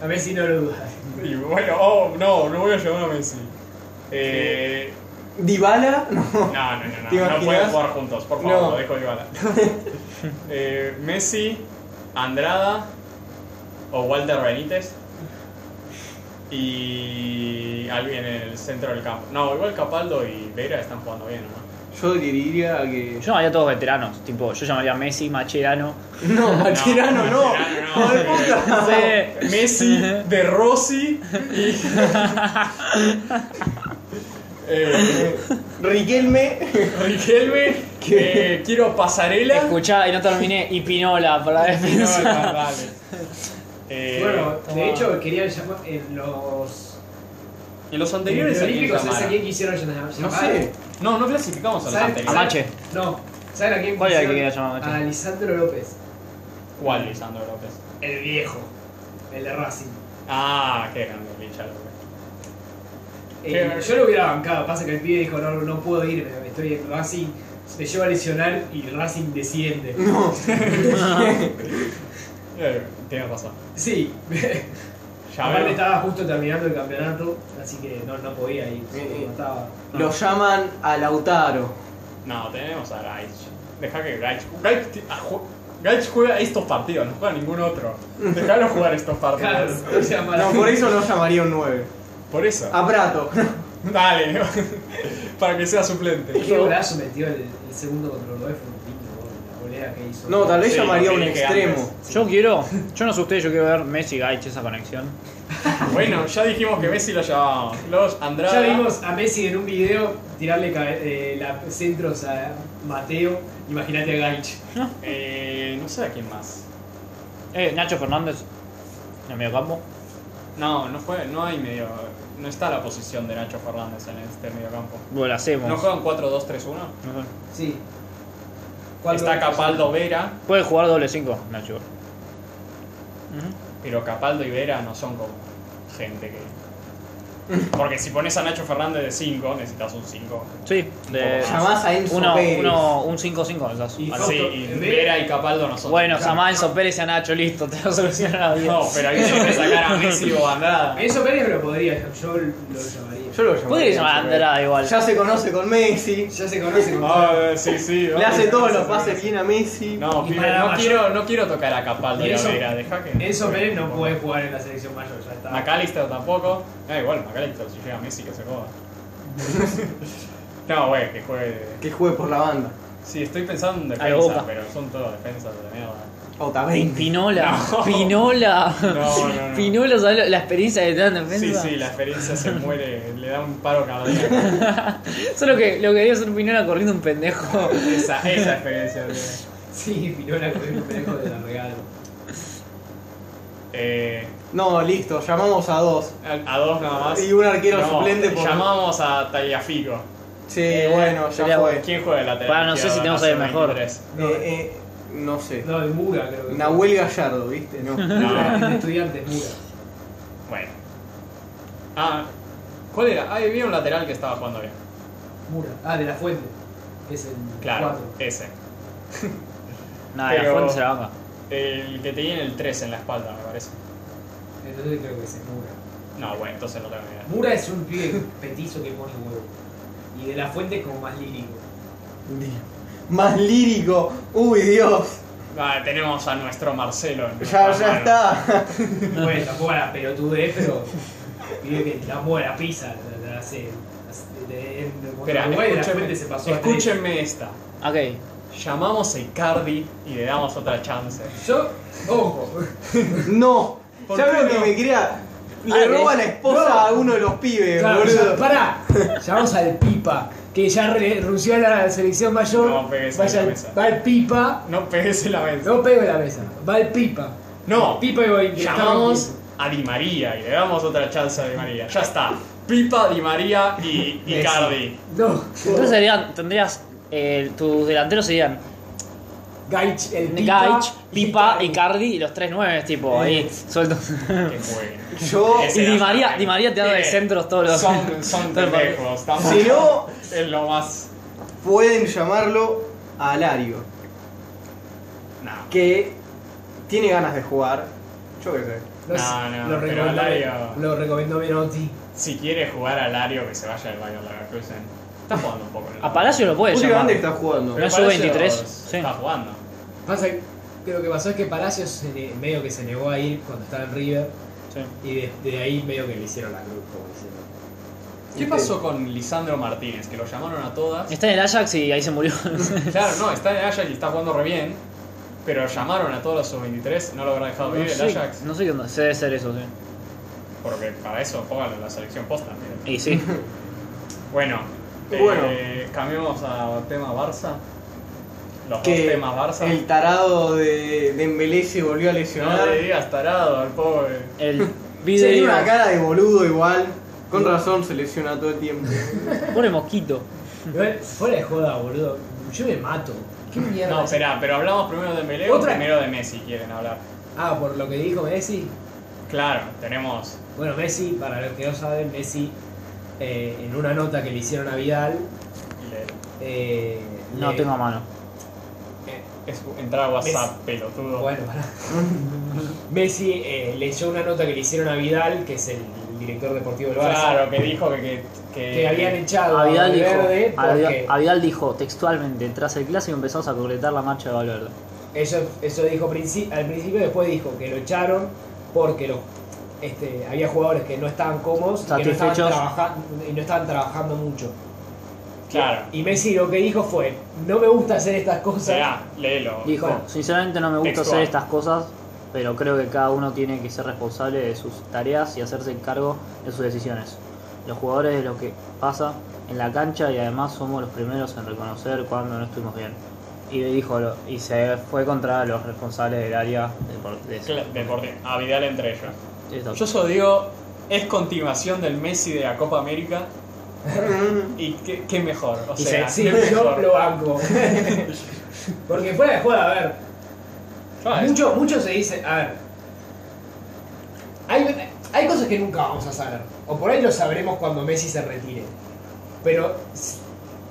C: A Messi no lo duda.
A: Y bueno, oh, no, no voy a llamar a Messi. Eh,
B: Dybala,
A: no, no, no,
B: no. ¿Te
A: no, no
B: imaginas?
A: pueden jugar juntos, por favor,
B: No.
A: lo dejo igual. eh, Messi, Andrada o Walter Benítez. Y alguien en el centro del campo. No, igual Capaldo y Vera están jugando bien, ¿no?
B: Yo diría que.
D: Yo llamaría a todos veteranos. Tipo, yo llamaría a Messi, Macherano.
B: No, Macherano no.
A: Mascherano no.
B: Hijo de puta.
D: Sí.
A: Messi, De Rossi y. eh,
B: Riquelme.
A: Riquelme,
B: ¿Qué?
A: eh, quiero pasarela.
D: Escuchá, y no terminé. Y Pinola para la
A: No,
D: defensa.
A: no, dale. Eh,
C: bueno,
D: toma.
C: de hecho querían llamar en los
A: ¿Y los
C: en
A: anteriores
C: los
A: a quién
C: Olímpicos es a
A: llamaron?
C: quién quisieron llamar.
B: No sé.
A: No, no clasificamos a los
C: ¿Saben-
D: A
A: anteriores.
C: saben-
D: Mache.
C: No, ¿saben a quién
D: ¿Cuál era el que
C: quisieron?
D: quería llamar a Mache?
C: A Lisandro López,
A: ¿Cuál, Lisandro López?
C: el viejo, el de Racing.
A: Ah, qué grande, pincha López.
C: Eh, yo lo hubiera bancado, pasa que el pibe dijo, no, no puedo irme, estoy en Racing, me llevo a lesionar y Racing desciende.
B: No.
A: Eh, tienes razón.
C: Sí,
A: Ya
C: aparte
A: veo.
C: estaba justo terminando el campeonato, así que no, no podía ir, me mataba.
B: Lo llaman a Lautaro.
A: No, tenemos a Gaich. Deja que Gaich. Gaich, ti- ah, ju- Gaich juega estos partidos, no juega ningún otro. Dejalo jugar estos
C: Claro, Ah.
A: partidos.
C: o sea, para-
B: No, por eso no llamaría un 9.
A: Por eso.
B: A Prato.
A: Dale, para que sea suplente.
C: Qué golazo metió el, el segundo contra Uruguay, fue un pito, boludo, la volea que hizo.
B: No, tal vez
A: Sí,
B: llamaría
A: no
B: un
A: tiene que
B: extremo.
D: Yo quiero, yo no sé ustedes, yo quiero ver Messi Gaich esa conexión.
A: Bueno, ya dijimos que Messi lo llevábamos. Los Andrada.
C: Ya vimos a Messi en un video tirarle cabe- eh, la- centros a Mateo, imagínate a Gaich.
A: Eh, no sé a quién más.
D: Eh, Nacho Fernández, en el medio campo.
A: No, no fue, no hay medio. No está la posición de Nacho Fernández en este medio campo.
D: Lo
A: ¿No
D: hacemos.
A: juegan 4-2-3-1?
D: No sé.
C: Sí, Cuatro
A: Está
C: veces.
A: Capaldo Vera,
D: Puede jugar doble 5, Nacho.
A: pero Capaldo y Vera no son como gente que. Porque si pones a Nacho Fernández de 5, necesitas un 5.
D: Sí, de.
B: Llamás a Enzo
D: Uno,
B: Pérez.
D: uno, un 5-5 necesitas.
C: Y-
A: Así, y
C: Fausto,
A: Vera y Capaldo no son.
D: Bueno, llamá a Enzo Pérez y a Nacho, listo, te lo solucionan la vida.
A: No, pero ahí tenés que sacar a Messi o a Andrada.
C: Enzo Pérez me lo podría, yo lo llamaría.
B: Yo lo llamo.
D: Podría llamar a Andrada igual.
B: Ya se conoce con Messi.
C: Ya se conoce con
A: Ah, eh, sí, sí.
B: Le
A: vamos.
B: hace todos los pases bien a Messi.
A: No,
C: Y
A: pibe,
C: para la
A: no
C: mayor-
A: quiero, no quiero tocar a Capaldo y a
C: Enzo-
A: Vera, deja que.
C: Enzo Pérez no puede jugar en la selección mayor, ya está.
A: McAllister tampoco. Ah, igual, McAllister, si llega Messi, que se joda. no, güey, que juegue.
B: Que juegue por la banda.
A: Sí, estoy pensando en
D: A la
A: defensa,
D: boca.
A: pero son todos defensas de mierda.
B: Ota 20.
D: Pinola,
A: No.
D: Pinola.
A: No, no, no.
D: Pinola, ¿sabes lo- la experiencia que te dan en
A: Sí,
D: defensa?
A: sí, la experiencia se muere, le da un paro cardíaco.
D: Solo que lo que haría hacer Pinola corriendo un pendejo.
A: Esa, esa experiencia. tío.
C: Sí, Pinola con un pendejo de la regalo.
A: Eh,
B: No, listo, llamamos a dos.
A: a a dos nada más.
B: Y un arquero suplente por-
A: Llamamos a Tagliafico.
B: Sí,
D: Eh,
B: bueno,
D: sería
B: ya fue. Eh,
A: ¿Quién juega de lateral?
D: Para, no sé si
A: izquierdo?
D: tenemos a alguien mejor.
A: sub-23.
C: No,
B: eh, no sé.
C: no, de Mura creo que.
B: Nahuel Gallardo, ¿viste? No.
A: No.
C: De estudiantes, Mura.
A: Bueno. Ah, ¿cuál era? Ah, había un lateral que estaba jugando bien.
C: Mura. Ah, de la fuente. Que es el
A: Claro,
C: 4.
A: ese.
D: Nada,
A: Pero-
D: la fuente se la banca.
A: El que tenía el 3 en la espalda, me parece.
C: Entonces creo que ese es Mura.
A: No, bueno, entonces no tengo ni idea.
C: Mura es un pibe petizo que pone huevo. Y de la fuente es como más lírico.
B: Más lírico. Uy, Dios.
A: Ah, tenemos a nuestro Marcelo. en
B: Ya,
A: nuestra
B: ya
A: mano.
B: está.
C: Bueno, tampoco a la pelotudez, pero. Pibe que la mueve la pizza, la, la hace. la- de- en- contra
A: Espera,
C: Uruguay, de la
A: escúchenme-
C: fuente se pasó a tres.
A: escúchenme esta.
D: Ok.
A: Llamamos a Icardi y le damos otra chance.
C: Yo, ojo.
B: No.
A: ¿Por
B: Ya
A: qué
B: veo que
A: no?
B: me quería. Le
D: Ah,
B: roba
D: ¿eh?
B: la esposa
C: No.
B: a uno de los
A: Eh,
B: pibes,
C: Claro, ya,
B: boludo.
C: pará. Llamamos al Pipa, que ya renunció a la selección mayor.
A: No, pegues en
C: Vaya-
A: la mesa.
C: va el Pipa.
A: No pegues en la mesa.
C: No pego en la mesa. Va el Pipa.
A: No.
C: Pipa y voy.
A: Llamamos a Di María y le damos otra chance a Di María. Ya está. Pipa, Di María y Icardi.
C: No.
D: Entonces serían, tendrías. eh, tus delanteros serían
C: Gaich, el Pipa.
D: Gaich, Pipa,
C: y
D: Icardi y los 3-9, tipo, ahí, sueltos.
A: Que jueguen.
B: Yo.
A: Ese
D: Y Di
A: era-
D: María- Di María te da de
A: Eh,
D: centros todos los-
A: Son, son
D: todo el partido.
A: pendejos, tampoco
B: Si no,
A: Es lo más.
B: pueden llamarlo a Alario.
A: No.
B: Que tiene ganas de jugar. Yo qué sé.
C: Los-
A: No, no,
C: lo
A: pero
C: recomendó,
A: Alario-
C: lo recomendó Menotti.
A: Si quiere jugar a Lario, que se vaya al Bayern Leverkusen. Está jugando un poco. ¿no?
D: A Palacio lo puedes llamar.
B: Últimamente está jugando.
A: Pero
D: No,
A: Palacio
D: sub-23,
A: Está
D: sí.
A: jugando.
C: Pasa que que lo que pasó es que Palacios se ne- medio que se negó a ir cuando estaba en River
D: Sí.
C: y desde ahí medio que le hicieron la cruz, como diciendo.
A: ¿Qué pasó con Lisandro Martínez? Que lo llamaron a todas.
D: Está en el Ajax y ahí se murió.
A: Claro, no, está en el Ajax y está jugando re bien. Pero llamaron a todos los sub-23, no lo habrá dejado vivir el
D: sé,
A: Ajax.
D: no sé qué onda, se debe ser eso, sí.
A: Porque para eso pónganlo en la selección posta. mira.
D: Y sí.
A: Bueno,
B: Bueno.
A: eh, cambiamos a tema Barça. Los dos
B: Que
A: temas Barça.
B: el tarado de, de Embelé se volvió a
A: No
B: lesionar.
A: le digas tarado al pobre.
D: El
B: Tiene
D: video.
B: una cara de boludo igual. Con razón se lesiona todo el tiempo.
D: Pone mosquito.
C: Igual, Fuera de joda, boludo. Yo me mato. ¿Qué mierda?
A: No,
C: es?
A: espera, pero hablamos primero de Mele o
C: Otra-
A: primero de Messi quieren hablar.
C: Ah, por lo que dijo Messi.
A: Claro, tenemos.
C: Bueno, Messi, para los que no saben, Messi, eh, en una nota que le hicieron a Vidal, eh,
D: No
C: le-
D: tengo a mano.
C: eh,
A: Es, entrar a WhatsApp, pelotudo.
C: bueno, pará. Messi eh, leyó una nota que le hicieron a Vidal, que es el director deportivo del Barça,
A: claro, que dijo que. Que, que-
C: que habían echado
D: A
C: a
D: Vidal, dijo,
C: Valverde
D: a Vidal-
C: porque
D: a Vidal dijo textualmente, tras el clásico empezamos a concretar la marcha de Valverde.
C: eso, eso dijo princi- al principio, después dijo que lo echaron porque los este, había jugadores que no estaban cómodos, y que no estaban,
D: Satisfechos.
C: trabaja- y no estaban trabajando mucho.
A: Claro.
C: Y Messi lo que dijo fue, no me gusta hacer estas cosas.
A: Será, léelo.
D: Dijo,
C: Bueno.
D: sinceramente no me gusta
A: Textual.
D: hacer estas cosas, pero creo que cada uno tiene que ser responsable de sus tareas y hacerse cargo de sus decisiones. Los jugadores de lo que pasa en la cancha y además somos los primeros en reconocer cuando no estuvimos bien. Y dijo lo- y se fue contra los responsables del área de, de-
A: Cla- Deporte. A Vidal entre ellos.
D: Eso.
A: Yo solo digo, es continuación del Messi de la Copa América. y qué, qué mejor. O
D: Y
A: sea,
D: se-
C: Sí,
A: qué
C: yo
A: mejor.
C: lo banco. Porque fuera de juego, a ver,
A: Ah, es-
C: mucho, mucho se dice, a ver, hay, hay cosas que nunca vamos a saber, o por ahí lo sabremos cuando Messi se retire, pero s-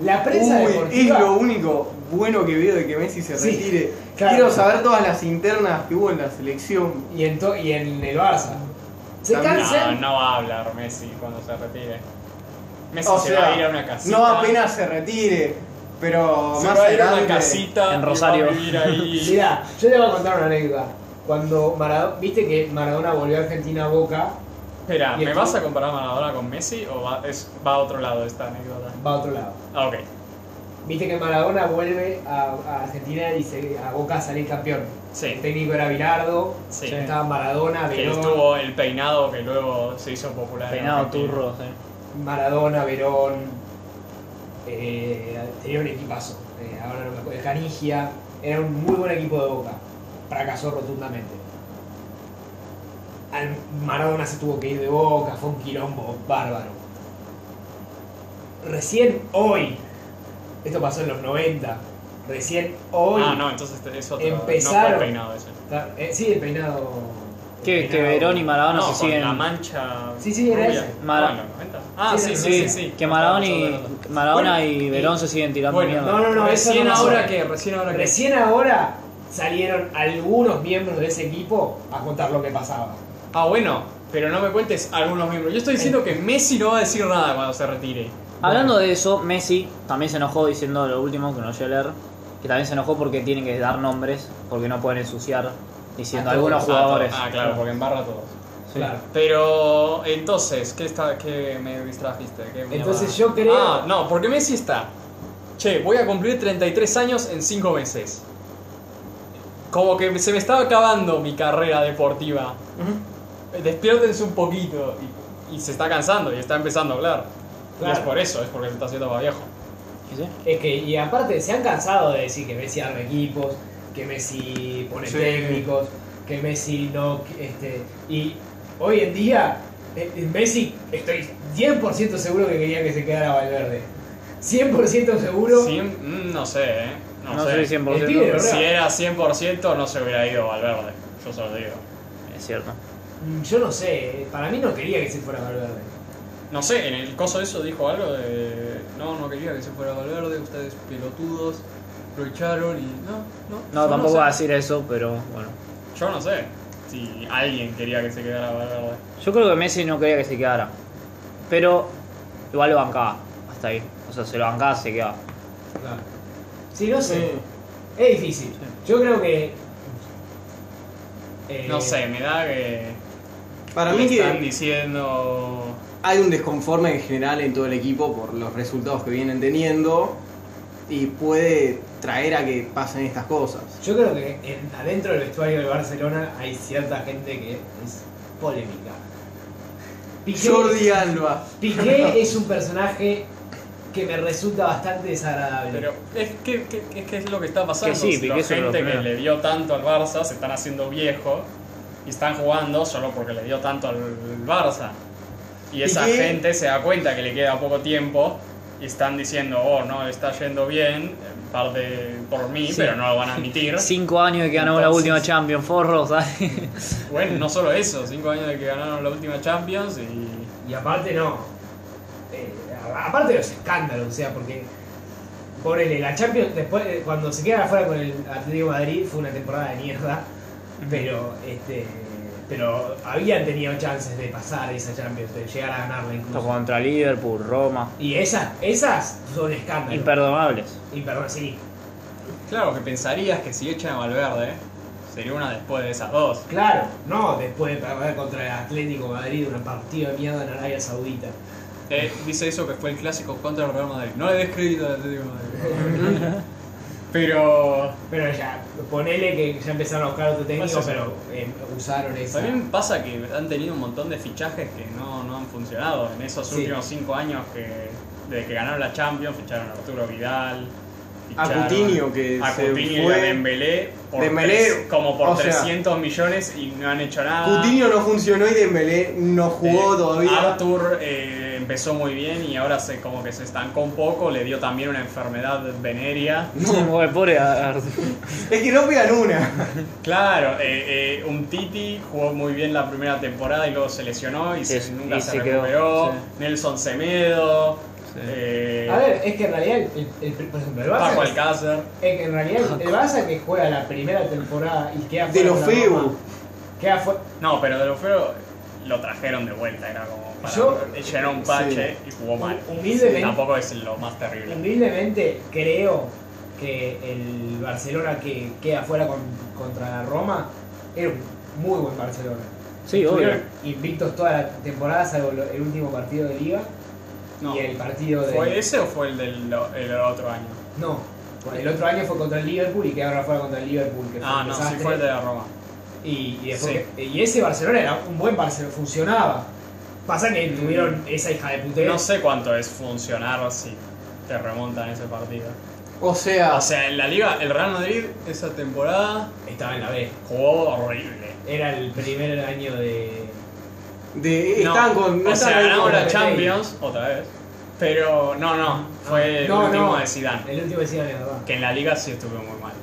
C: la prensa
B: Uy, es
C: deportiva...
B: lo único bueno que veo de que Messi se
C: Sí,
B: retire.
C: claro.
B: Quiero saber todas las internas que hubo en la selección.
C: y, en to- y en el Barça. Se
B: También-
A: No,
C: cansan.
A: no va a hablar Messi cuando se retire. Messi
B: O
A: se
B: sea,
A: va a ir a una casita.
B: No apenas se retire, pero
A: Se
B: más
A: va a ir a una
B: adelante-
A: casita.
D: En Rosario.
A: y va a vivir ahí.
C: Mirá, yo te voy a contar una anécdota. Cuando Maradona, viste que Maradona volvió a Argentina a Boca,
A: Espera,
C: Y
A: ¿me
C: el-
A: vas a comparar a Maradona con Messi o va, es- va a otro lado esta anécdota?
C: va a otro lado.
A: Ah, ok.
C: Viste que Maradona vuelve a, a Argentina y se, a Boca a salir campeón.
A: Sí.
C: El técnico era Virardo,
A: Sí.
C: ya estaba Maradona,
A: Que
C: Verón,
A: estuvo el peinado que luego se hizo popular. en
D: Peinado
A: Argentina.
D: turro, sí.
C: Maradona, Verón, eh, tenía un equipazo, eh, ahora no me acuerdo, Canigia, era un muy buen equipo de Boca, fracasó rotundamente. Al- Maradona se tuvo que ir de Boca, fue un quilombo bárbaro. Recién hoy, esto pasó en los 90, recién hoy...
A: Ah, no, entonces te- es otro. No fue
C: Empezaron.
A: el peinado ese.
C: Ta- eh, sí, el peinado... el
D: Que, que
C: peinado-
D: Verón y Maradona
A: no,
D: se
A: con
D: Ah, siguen.
A: la mancha.
C: Sí, sí, era
A: rubia.
C: ese.
D: Mara-
A: Ah, en los 90. Ah,
C: Sí,
A: sí, sí, sí.
C: era-
A: sí.
D: Que Maradona
A: Estamos
D: y,
A: hablando de-
D: Maradona
C: Bueno,
D: y Verón se siguen tirando
A: Bueno,
D: mierda.
C: No, no, no, eso
A: Recién
C: no pasó.
A: ahora que, recién ahora que.
C: Recién ahora salieron algunos miembros de ese equipo a contar lo que pasaba.
A: Ah, bueno, pero no me cuentes algunos miembros. Yo estoy diciendo que Messi no va a decir nada cuando se retire.
D: Hablando de eso, Messi también se enojó diciendo lo último que no llegué a leer, que también se enojó porque tienen que dar nombres, porque no pueden ensuciar diciendo
C: A todos,
D: algunos
A: Ah,
D: jugadores.
A: Ah, claro, porque embarra a todos.
D: Sí.
C: Claro.
A: Pero entonces, ¿qué, está, qué me distrajiste? ¿Qué me
C: Entonces
A: llamaba?
C: yo creo-
A: Ah, no, porque Messi está. Che, voy a cumplir 33 años en 5 meses. Como que se me estaba acabando mi carrera deportiva. Despiértense un poquito. Y, y se está cansando y está empezando a hablar.
C: Claro.
A: Y es por eso, es porque se está haciendo más viejo.
D: ¿Sí, sí?
C: Es que, y aparte, se han cansado de decir que Messi arma equipos, que Messi pone
B: Sí.
C: técnicos, que Messi no. Este, y hoy en día, eh, eh, Messi, estoy 100% seguro que quería que se quedara Valverde. 100% seguro.
A: Cien- mm, no sé, ¿eh? No,
D: No
A: sé.
D: soy 100%.
C: El pibe, ¿verdad?
A: Si era 100% no se hubiera ido Valverde. Yo se lo digo.
D: Es cierto.
C: Mm, Yo no sé, eh, para mí no quería que se fuera Valverde.
A: No sé, en el coso de eso dijo algo de. No, no quería que se fuera Valverde, ustedes pelotudos, lo echaron y. No, no.
D: No,
A: yo
D: tampoco
A: sé.
D: va a decir eso, pero bueno.
A: Yo no sé si alguien quería que se quedara Valverde.
D: Yo creo que Messi no quería que se quedara. Pero igual lo bancaba, hasta ahí. O sea, se lo bancaba, se quedaba.
C: Claro. Sí, no sé.
B: Sí.
C: Es difícil. Yo creo que. eh,
A: No sé, me da que.
B: Para
A: le
B: mí
A: están
B: que
A: diciendo.
B: hay un desconforme en general en todo el equipo por los resultados que vienen teniendo y puede traer a que pasen estas cosas.
C: Yo creo que en- adentro del vestuario del Barcelona hay cierta gente que es polémica. Piqué,
B: Jordi Alba.
C: Piqué es un personaje que me resulta bastante desagradable.
A: Pero es que, que- que- es que es lo que está pasando.
D: Que sí,
A: Si
D: Piqué
A: la
D: se lo
A: gente que
D: creo.
A: le dio tanto al Barça se están haciendo viejo y están jugando solo porque le dio tanto al Barça. Y esa
B: Piqué-
A: gente se da cuenta que le queda poco tiempo y están diciendo, oh, no, le está yendo bien, en parte por mí,
D: Sí.
A: pero no lo van a admitir.
D: Cinco años de que ganamos
A: Entonces-
D: la última Champions, forro, ¿sabes?
A: Bueno, no solo eso, cinco años de que ganaron la última Champions y
C: Y aparte no. Eh, a- aparte de los escándalos, o sea, porque. Ponele, la Champions, después, eh, cuando se queda afuera con el Atlético de Madrid, fue una temporada de mierda. Pero, este. Pero habían tenido chances de pasar esa Champions, de llegar a ganarla
D: Esto
C: incluso.
D: Contra Liverpool, Roma.
C: Y esas, esas son escándalos.
D: Imperdonables.
C: Y perdón, sí.
A: claro que pensarías que si echan a Valverde sería una después de esas dos.
C: Claro, no, después de perder contra el Atlético de Madrid, una partida de mierda en Arabia Saudita.
A: Eh, dice eso que fue el clásico contra el Real Madrid. No le des crédito al Atlético de Madrid. Pero
C: Pero ya, ponele que ya empezaron a buscar otro técnico,
A: Pues eso.
C: pero eh, usaron esa.
A: también pasa que han tenido un montón de fichajes que no, no han funcionado. En esos
C: Sí.
A: últimos cinco años que desde que ganaron la Champions, ficharon a Arturo Vidal. ficharon
B: A Coutinho, que
A: a
B: se
A: Coutinho y
B: fue.
A: a Dembélé, por
B: Dembélé,
A: tres- como por
B: o sea,
A: 300 millones y no han hecho nada.
B: Coutinho no funcionó y Dembélé no jugó
A: Eh,
B: todavía.
A: Arthur eh, empezó muy bien y ahora se como que se estancó un poco, le dio también una enfermedad venérea.
D: Bueno, pobre Ar-
B: Es que no pegan una.
A: Claro, eh, eh, un Titi jugó muy bien la primera temporada y luego se lesionó y se-
D: Sí,
A: nunca
D: y
A: se,
D: se quedó,
A: recuperó.
D: sí.
A: Nelson Semedo, eh,
C: A ver, es que en realidad, el, el- el- por ejemplo, el Barça.
A: Paco Alcácer.
C: Es que en realidad, el Barça que juega la primera temporada y queda
B: De
C: fuera
B: lo
C: con la
B: feo.
C: Roma, Queda fuera.
A: No, pero de lo feo lo trajeron de vuelta, era como para
C: Yo-
A: llenó un parche y jugó mal.
C: Humildemente.
A: Tampoco es lo más terrible.
C: Humildemente creo que el Barcelona que queda fuera con- contra la Roma era un muy buen Barcelona.
D: Sí,
C: Estuvieron
D: obvio.
C: Invictos toda la temporada, salvo lo- el último partido de Liga
A: No.
C: y el partido de.
A: ¿Fue ese o fue el del el otro año?
C: No, el otro año fue contra el Liverpool y quedaron afuera contra el Liverpool. Que fue
A: Ah,
C: un
A: no, sí
C: desastre.
A: fue el de la Roma.
C: Y, y después
A: Sí.
C: que- y ese Barcelona era un buen Barcelona, funcionaba. Pasa que tuvieron esa hija de puta.
A: Mm. No sé cuánto es funcionar si te remontan ese partido.
B: O sea,
A: O sea, en la liga, el Real Madrid esa temporada
C: Estaba en la B.
A: jugó horrible.
C: Era el primer año de.
B: de, están
A: No,
B: con. no
A: o sea,
B: están ahí
A: ganamos
B: con-
A: la
C: Pepe.
A: Champions otra vez. Pero no, no, fue
C: No,
A: el último
C: no.
A: de Zidane.
C: El último de Zidane, verdad.
A: Que en la liga sí estuvo muy mal.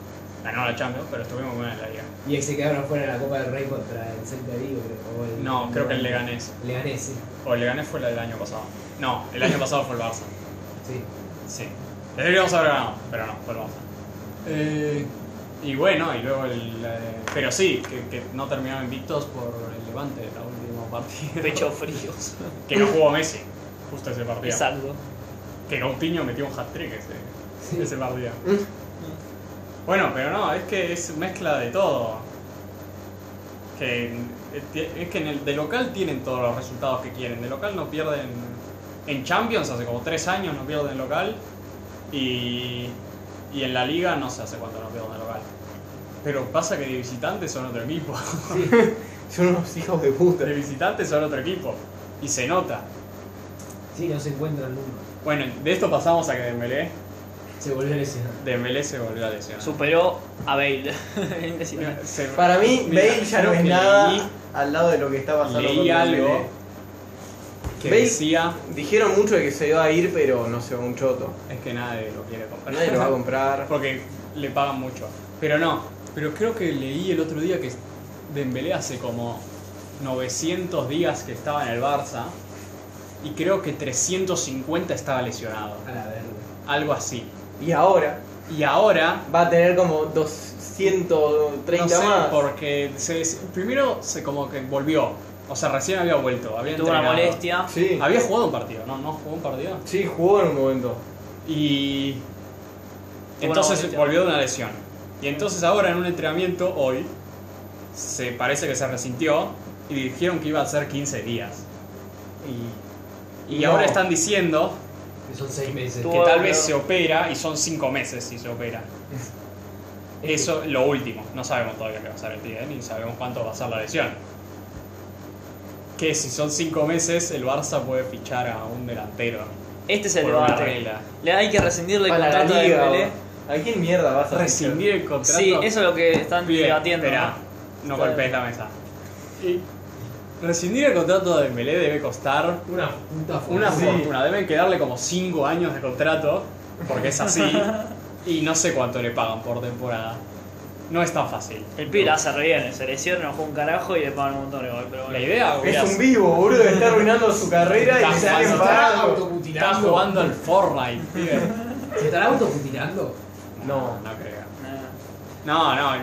A: Ganó la Champions, pero estuvo muy mal en la liga.
C: Y ahí se quedaron fuera de la Copa del Rey contra el Celta de Vigo, creo. o el-
A: No, creo que el Leganés.
C: Leganés, sí.
A: O el Leganés fue la del año pasado. No, el año pasado fue el Barça.
C: sí.
A: Sí. Deberíamos haber ganado, pero no, fue el Barça. Eh, y bueno, y luego el. eh, pero sí, que, que no terminaron invictos por el Levante, la última partida.
D: Pecho fríos.
A: Que no jugó Messi, justo ese partido.
D: Exacto.
A: Que Coutinho metió un hat-trick ese,
C: Sí.
A: ese partido. Bueno, pero no, es que es mezcla de todo. Que eh, es que en el de local tienen todos los resultados que quieren. De local no pierden en Champions hace como tres años no pierden local y, y en la Liga no sé hace cuánto no pierden local. Pero pasa que de visitantes son otro equipo.
B: Son unos hijos de puta.
A: De visitantes son otro equipo y se nota.
C: Sí, no se encuentran nunca.
A: Bueno, de esto pasamos a que Dembélé,
C: Se volvió a lesionar.
A: Dembélé se volvió a lesionar.
D: Superó a Bale. Impresionante.
A: Se-
B: Para mí,
A: Mira,
B: Bale ya no
A: creo
B: es
A: que
B: nada
A: leí-
B: al lado de lo que está pasando
A: leí
B: con
A: algo
B: Dembélé.
A: que
B: Bale-
A: decía
B: Dijeron mucho de que se iba a ir, pero no se va un choto.
A: es que nadie lo quiere comprar
B: Nadie lo va a comprar.
A: porque le pagan mucho pero no pero creo que leí el otro día que Dembélé hace como 900 días que estaba en el Barça y creo que 350 estaba lesionado
C: A la verga.
A: algo así
B: Y ahora
A: y ahora
B: va a tener como 230
A: no sé,
B: más.
A: porque se- se- primero se como que volvió o sea recién había vuelto había
D: Tuvo una
A: entrenado.
D: molestia.
B: Sí.
A: había jugado un partido no no jugó un partido
B: Sí, jugó en un momento.
A: Y
D: Tuvo una
A: entonces
D: molestia.
A: volvió de una lesión. Y entonces ahora en un entrenamiento hoy se parece que se resintió y dijeron que iba a ser 15 días. Y, y
B: No.
A: ahora están diciendo
C: Que son seis meses.
D: Tú-
A: que tal vez
D: boludo.
A: se opera y son 5 meses si se opera. Eso lo último. No sabemos todavía qué va a ser el día, ni sabemos cuánto va a ser la lesión. Que si son 5 meses el Barça puede fichar a un delantero.
D: Este es el
A: Por una
D: debate.
A: regla.
D: Le hay que rescindirle el
B: Para la
D: contrato de
B: liga.
D: Dembélé.
B: ¿A quién mierda vas a
A: Rescindir el contrato.
D: Sí, eso es lo que están
A: Bien,
D: debatiendo.
A: esperá, no
D: Está
A: golpees la mesa. Y rescindir el contrato de Melé debe costar
C: Una puta
A: una
C: fortuna.
A: fortuna. Deben quedarle como 5 años de contrato, porque es así. y no sé cuánto le pagan por temporada. No es tan fácil.
D: El pibe la hace re bien, se lesiona, no juega un carajo y le pagan un montón de gol. Pero
A: La
D: bueno.
A: idea
B: Es
A: hubiera
B: un vivo, boludo, está arruinando su carrera y
A: Está
B: le
C: Se
B: salen
A: jugando.
C: estará
B: pagando.
A: Está
C: autocutilando.
A: jugando al Fortnite, pibe.
C: ¿Se estará autocutilando?
B: No.
A: no creo.
D: Nada.
A: No, no.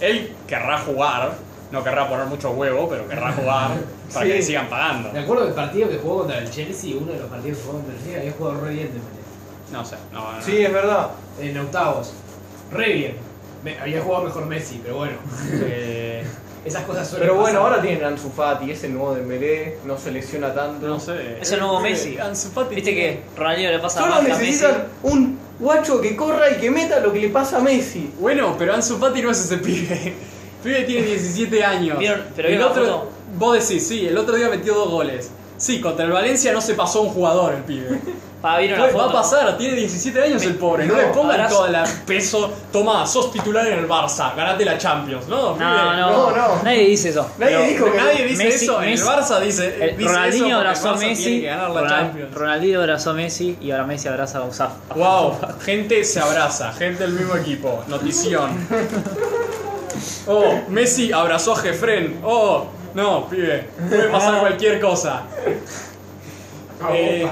A: Él querrá jugar. No querrá poner mucho huevo, pero querrá jugar para que
B: Sí.
A: le sigan pagando.
C: Me acuerdo del partido que jugó contra el Chelsea, uno de los partidos que jugó contra el Chelsea, había jugado re bien Dembélé.
A: No sé. No, no.
B: Sí, es verdad.
C: En octavos. Re bien. Me- había jugado mejor Messi, pero bueno.
A: Eh,
C: Esas cosas suelen
B: Pero bueno,
C: pasar.
B: ahora tienen a Ansu Fati, es el nuevo Dembélé, no se lesiona tanto.
A: No sé. eh,
D: Es el nuevo Messi.
A: Ansu Fati
D: Viste que
A: tiene-
D: Ronaldinho le pasa
B: Solo
D: más a Messi.
B: necesitan un guacho que corra y que meta lo que le pasa a Messi.
A: Bueno, pero Ansu Fati no es ese pibe. El pibe tiene 17 años.
D: Vieron- pero
A: el
D: vieron la
A: otro.
D: foto.
A: Vos decís, sí, el otro día metió dos goles. Sí, contra el Valencia no se pasó un jugador el pibe.
E: Pa, vino
A: Pues,
E: la
A: va a
E: foto.
A: pasar, tiene 17 años el pobre. No, le pongan
E: ahora-
A: toda la peso. Toma, sos titular en el Barça, ganate la Champions,
E: No,
A: ¿no?
E: no,
B: No, no.
E: Nadie dice eso.
B: Nadie dijo que.
A: nadie dice
E: Messi-
A: eso.
E: Messi-
A: el Barça dice.
E: El-
A: dice
E: Ronaldinho
A: eso porque
E: abrazó a
A: el Barça Tiene
E: Messi,
A: que ganar la
E: Ronald-
A: Champions.
E: Ronaldinho abrazó a Messi y ahora Messi abraza a Gonzalo.
A: Wow, gente se abraza, gente del mismo equipo. Notición. Oh, Messi abrazó a Jefren. Oh, no, pibe, puede
C: Ah.
A: pasar cualquier cosa. Eh,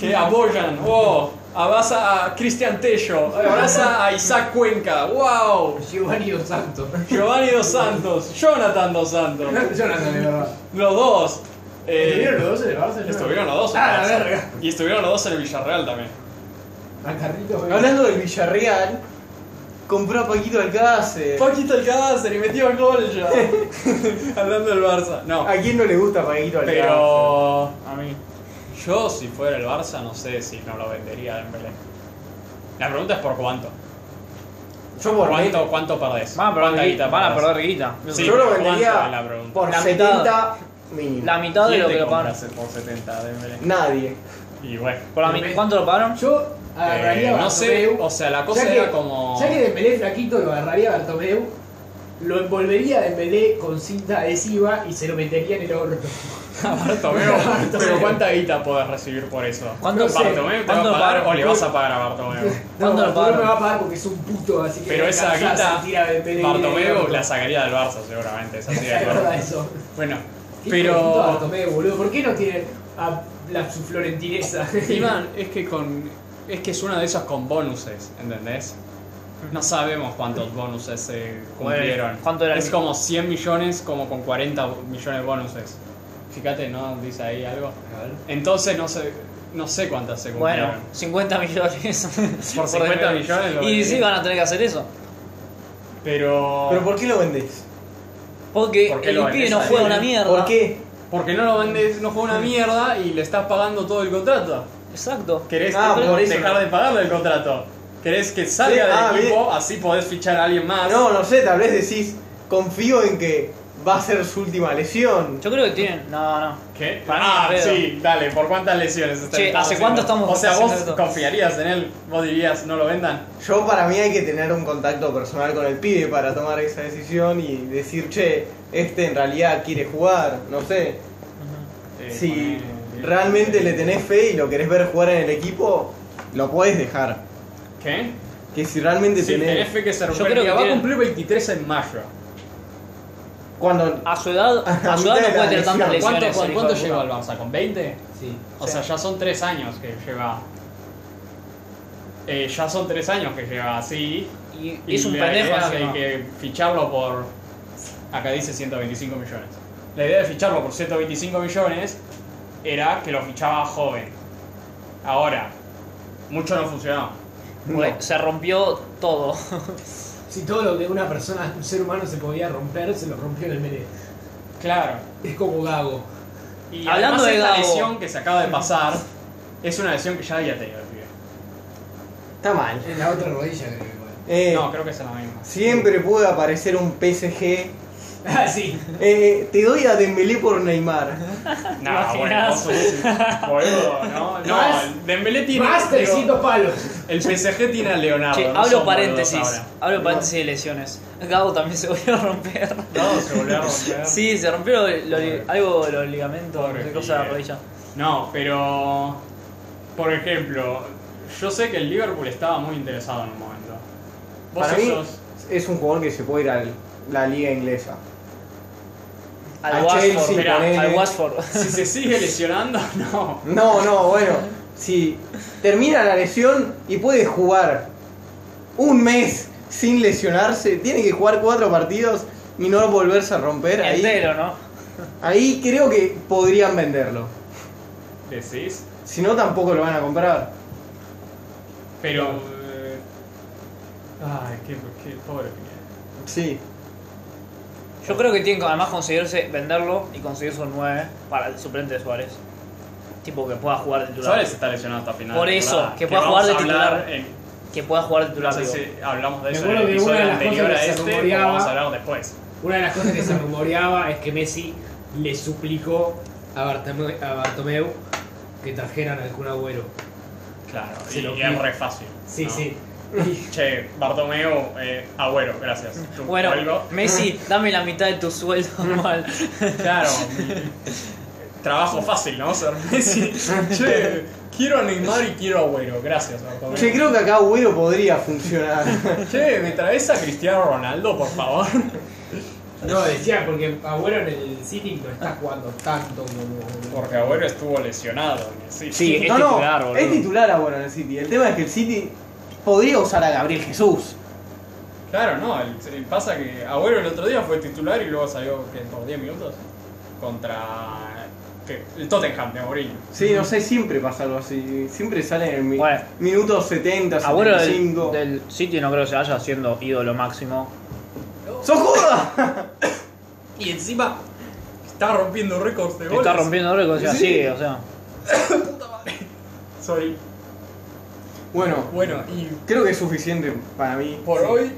A: que apoyan. Oh, abraza a Cristian Tello, abraza a Isaac Cuenca. Wow,
C: Giovanni Dos Santos.
A: Giovanni dos Santos, Jonathan dos Santos.
C: Jonathan, de verdad.
A: Los dos. Eh,
C: ¿Estuvieron los dos en el Barça? Yo
A: estuvieron los dos. en
C: Ah, la
A: el Barça.
C: verga.
A: Y estuvieron los dos en el Villarreal también.
C: A Ah, Carlitos, eh. güey.
B: Hablando del Villarreal, compró a Paquito Alcácer.
A: Paquito Alcácer y metió gol ya. Hablando del Barça. No,
B: ¿A quién no le gusta Paquito Alcácer?
A: pero
E: A mí.
A: yo si fuera el Barça no sé si no lo vendería en Belén. La pregunta es por cuánto.
B: Yo por
A: ¿Cuánto, cuánto perdés?
E: Van a
A: ¿Cuánta
E: perder guita.
A: guita
E: Van a
A: perdés?
E: perder guita.
A: Sí,
B: Yo
A: pero
B: lo
A: ¿cuánto
B: vendería
A: es la pregunta?
B: por
E: La
B: 70 mínimo.
E: La mitad de
A: ¿Quién
E: lo
A: te
E: que lo pagan.
A: compras por 70 Dembélé?
B: Nadie.
A: Y bueno.
E: Por la mi- ¿Cuánto lo pagaron?
C: Yo agarraría
A: eh,
C: a
A: no sé,
C: Bartomeu.
A: o sea, la cosa
C: Ya que-
A: era como...
C: Ya que Dembélé flaquito lo agarraría a Bartomeu, lo envolvería a Dembélé con cinta adhesiva y se lo metería en el horno.
A: Bartomeu, pero ¿cuánta guita podés recibir por eso?
E: ¿Cuánto-
A: Bartomeu te va
E: cuánto
A: a pagar
E: paga-
A: o le vas a pagar a Bartomeu?
E: ¿Cuándo lo
C: Bartomeu
E: pagaron?
C: me va a pagar porque es un puto, así que...
A: Pero
C: me
A: esa
C: alcanza
A: guita,
C: si tira a Dembélé en el
A: Bartomeu
C: horno.
A: la sacaría del Barça seguramente, es así de
C: Es verdad
A: claro.
C: eso.
A: Bueno,
C: Qué hijo de puta
A: pero...
C: Bartomeu, boludo. ¿Por qué no tiene a la, su florentinesa?
A: Iván, es que con es que es una de esas con bonuses, ¿entendés? No sabemos cuántos bonuses se cumplieron.
E: Bueno, ¿cuánto era el
A: es
E: mi-
A: como 100 millones como con 40 millones de bonuses. Fíjate, ¿no? Dice ahí algo. Entonces no sé no sé cuántas se cumplieron.
E: Bueno, 50 millones.
A: Por 50 millones lo
E: Y
A: vendí.
E: sí, van a tener que hacer eso.
A: Pero,
B: ¿Pero por qué lo vendés?
E: Porque
A: ¿Por qué
E: el
A: lo
E: pibe
A: vendés
E: no
A: a
E: juega
A: él?
E: una mierda.
B: ¿Por qué?
A: porque no lo vendes, no fue una mierda y le estás pagando todo el contrato.
E: Exacto.
A: ¿Querés
B: Ah,
A: que-
B: por eso.
A: dejar de pagarle el contrato? ¿Querés que salga
B: Sí, ah,
A: del equipo? Así podés fichar a alguien
E: Ah,
A: más.
B: No, no sé, tal vez decís, confío en que va a ser su última lesión.
E: Yo creo que tienen. No, no.
A: ¿Qué?
E: Para mí,
A: ah,
E: Pedro.
A: sí, dale, ¿por cuántas lesiones está
E: Che,
A: estamos
E: ¿hace cuánto
A: haciendo?
E: estamos
A: O sea,
E: haciendo
A: vos
E: esto?
A: confiarías en él, vos dirías, no lo vendan.
B: Yo para mí hay que tener un contacto personal con el pibe para tomar esa decisión y decir, che, este en realidad quiere jugar, no sé.
A: Eh,
B: Si
A: ponele-
B: realmente le tenés fe y lo querés ver jugar en el equipo, lo podés dejar.
A: ¿Qué?
B: Que si realmente
A: Si tenés
B: tenés...
A: fe que se
E: Yo creo
A: recupere.
E: que
A: Va a
E: tiene-
A: cumplir 23 en mayo.
B: Cuando...
E: A su edad, a su
B: mitad
E: edad
B: de
E: no
B: la
E: puede tener tantas
B: lesión.
E: lesiones.
A: ¿Cuánto,
E: el
A: cuánto,
E: hijo de puta.
A: lleva el Barça? ¿Con 20?
C: Sí.
A: O sea, ya son 3 años que lleva. Eh, ya son 3 años que lleva así.
E: Y
A: Y
E: es un
A: la
E: pendejo
A: idea
E: encima.
A: de que ficharlo por. Acá dice 125 millones. La idea de ficharlo por 125 millones era que lo fichaba joven. Ahora, mucho no funcionó.
E: Porque Se rompió todo.
C: Si todo lo que una persona, un ser humano se podía romper, se lo rompió en el Melé.
A: Claro.
C: Es como Gago.
A: Y
E: Hablando
A: además
E: de
A: esta
E: Gago.
A: lesión que se acaba de pasar es una lesión que ya había tenido el pibe.
B: Está mal.
C: En la otra rodilla creo igual.
B: Eh,
A: No, creo que es la misma.
B: Siempre puede aparecer un PSG
C: Ah, sí.
B: Eh, te doy a Dembélé por Neymar.
A: No, bueno,
E: imaginás?
A: vos sos un boludo, ¿no? No,
C: Más-
A: Dembélé tiene.
C: Más
A: digo,
C: 300 palos.
A: el PSG tiene a Leonardo.
E: Che,
A: Ah, no
E: hablo
A: son boludos
E: paréntesis.
A: ahora.
E: Hablo paréntesis de lesiones. Gabo también se volvió a romper.
A: No, se volvió a romper.
E: Sí, se rompió lo-
A: Pobre.
E: algo de los ligamentos,
A: Pobre
E: no sé, cosa de la
A: pibe.
E: rodilla.
A: No, pero. Por ejemplo, yo sé que el Liverpool estaba muy interesado en un momento. Vos
B: Para mí
A: sos-
B: es un jugador que se puede ir a la liga inglesa.
E: Al
B: A
E: Watford,
B: Chelsea,
E: esperá,
B: ponele.
E: al Watford.
A: Si se sigue lesionando, no.
B: No, no, bueno. Si termina la lesión y puede jugar un mes sin lesionarse, tiene que jugar cuatro partidos y no volverse a romper. Ahí,
E: Entero, ¿no?
B: ahí creo que podrían venderlo.
A: Decís.
B: Si no, tampoco lo van a comprar.
A: Pero. eh, Ay, qué, qué pobre. pibe.
B: Sí.
E: Yo creo que tienen que además conseguirse venderlo y conseguirse un 9 para el suplente de Suárez. Tipo que pueda jugar de titular.
A: Suárez está lesionado hasta final.
E: Por
A: de
E: eso,
A: temporada.
E: que pueda jugar
A: vamos
E: de
A: a hablar
E: titular.
A: en-
E: Que pueda jugar de
A: no
E: titular.
A: sé
E: digo.
A: si hablamos de
C: Me
A: eso en el
C: acuerdo que una de
A: episodio anterior a
C: las cosas que se
A: este, pero
C: rumoreaba-
A: vamos a hablar después.
C: Una de las cosas que se rumoreaba es que Messi le suplicó
F: a, Bartome- a Bartomeu que trajeran al Kun Agüero.
A: Claro,
F: Se
A: y,
F: lo
A: y es
F: pide.
A: re fácil.
F: Sí,
A: ¿no?
F: sí.
A: Che, Bartomeo, eh, agüero, gracias. Tú,
E: Bueno,
A: cuelgo.
E: Messi, dame la mitad de tu sueldo mal.
A: Claro. mi- Trabajo fácil, ¿no? Ser Messi. Che, quiero a Neymar y quiero a Agüero. Gracias, Bartomeu.
B: Che, creo que acá Agüero podría funcionar.
A: Che, ¿me traes a Cristiano Ronaldo, por favor?
F: No, decía, porque Agüero en el City no está jugando tanto como...
A: Porque Agüero estuvo lesionado. Sí.
D: Sí, es
B: no,
D: titular,
B: no,
D: boludo.
B: es titular Agüero en el City. El tema es que el City podría usar a Gabriel Jesús.
A: Claro, no. el- el- pasa que Agüero el otro día fue titular y luego salió ¿qué? por 10 minutos contra ¿qué? el Tottenham de Mourinho.
B: Sí, no sé, siempre pasa algo así. Siempre sale en el mi-
D: Bueno.
B: minuto 70,
D: Abuelo del,
B: 75.
D: del City no creo que se vaya siendo ídolo máximo.
B: ¡Sos joda!
A: Y encima está rompiendo récords de
D: Que
A: goles.
D: Está rompiendo récords, o sea,
A: Sí.
D: sigue, o sea.
A: Sorry.
B: Bueno,
A: Bueno, y
B: creo que es suficiente para mí.
A: por hoy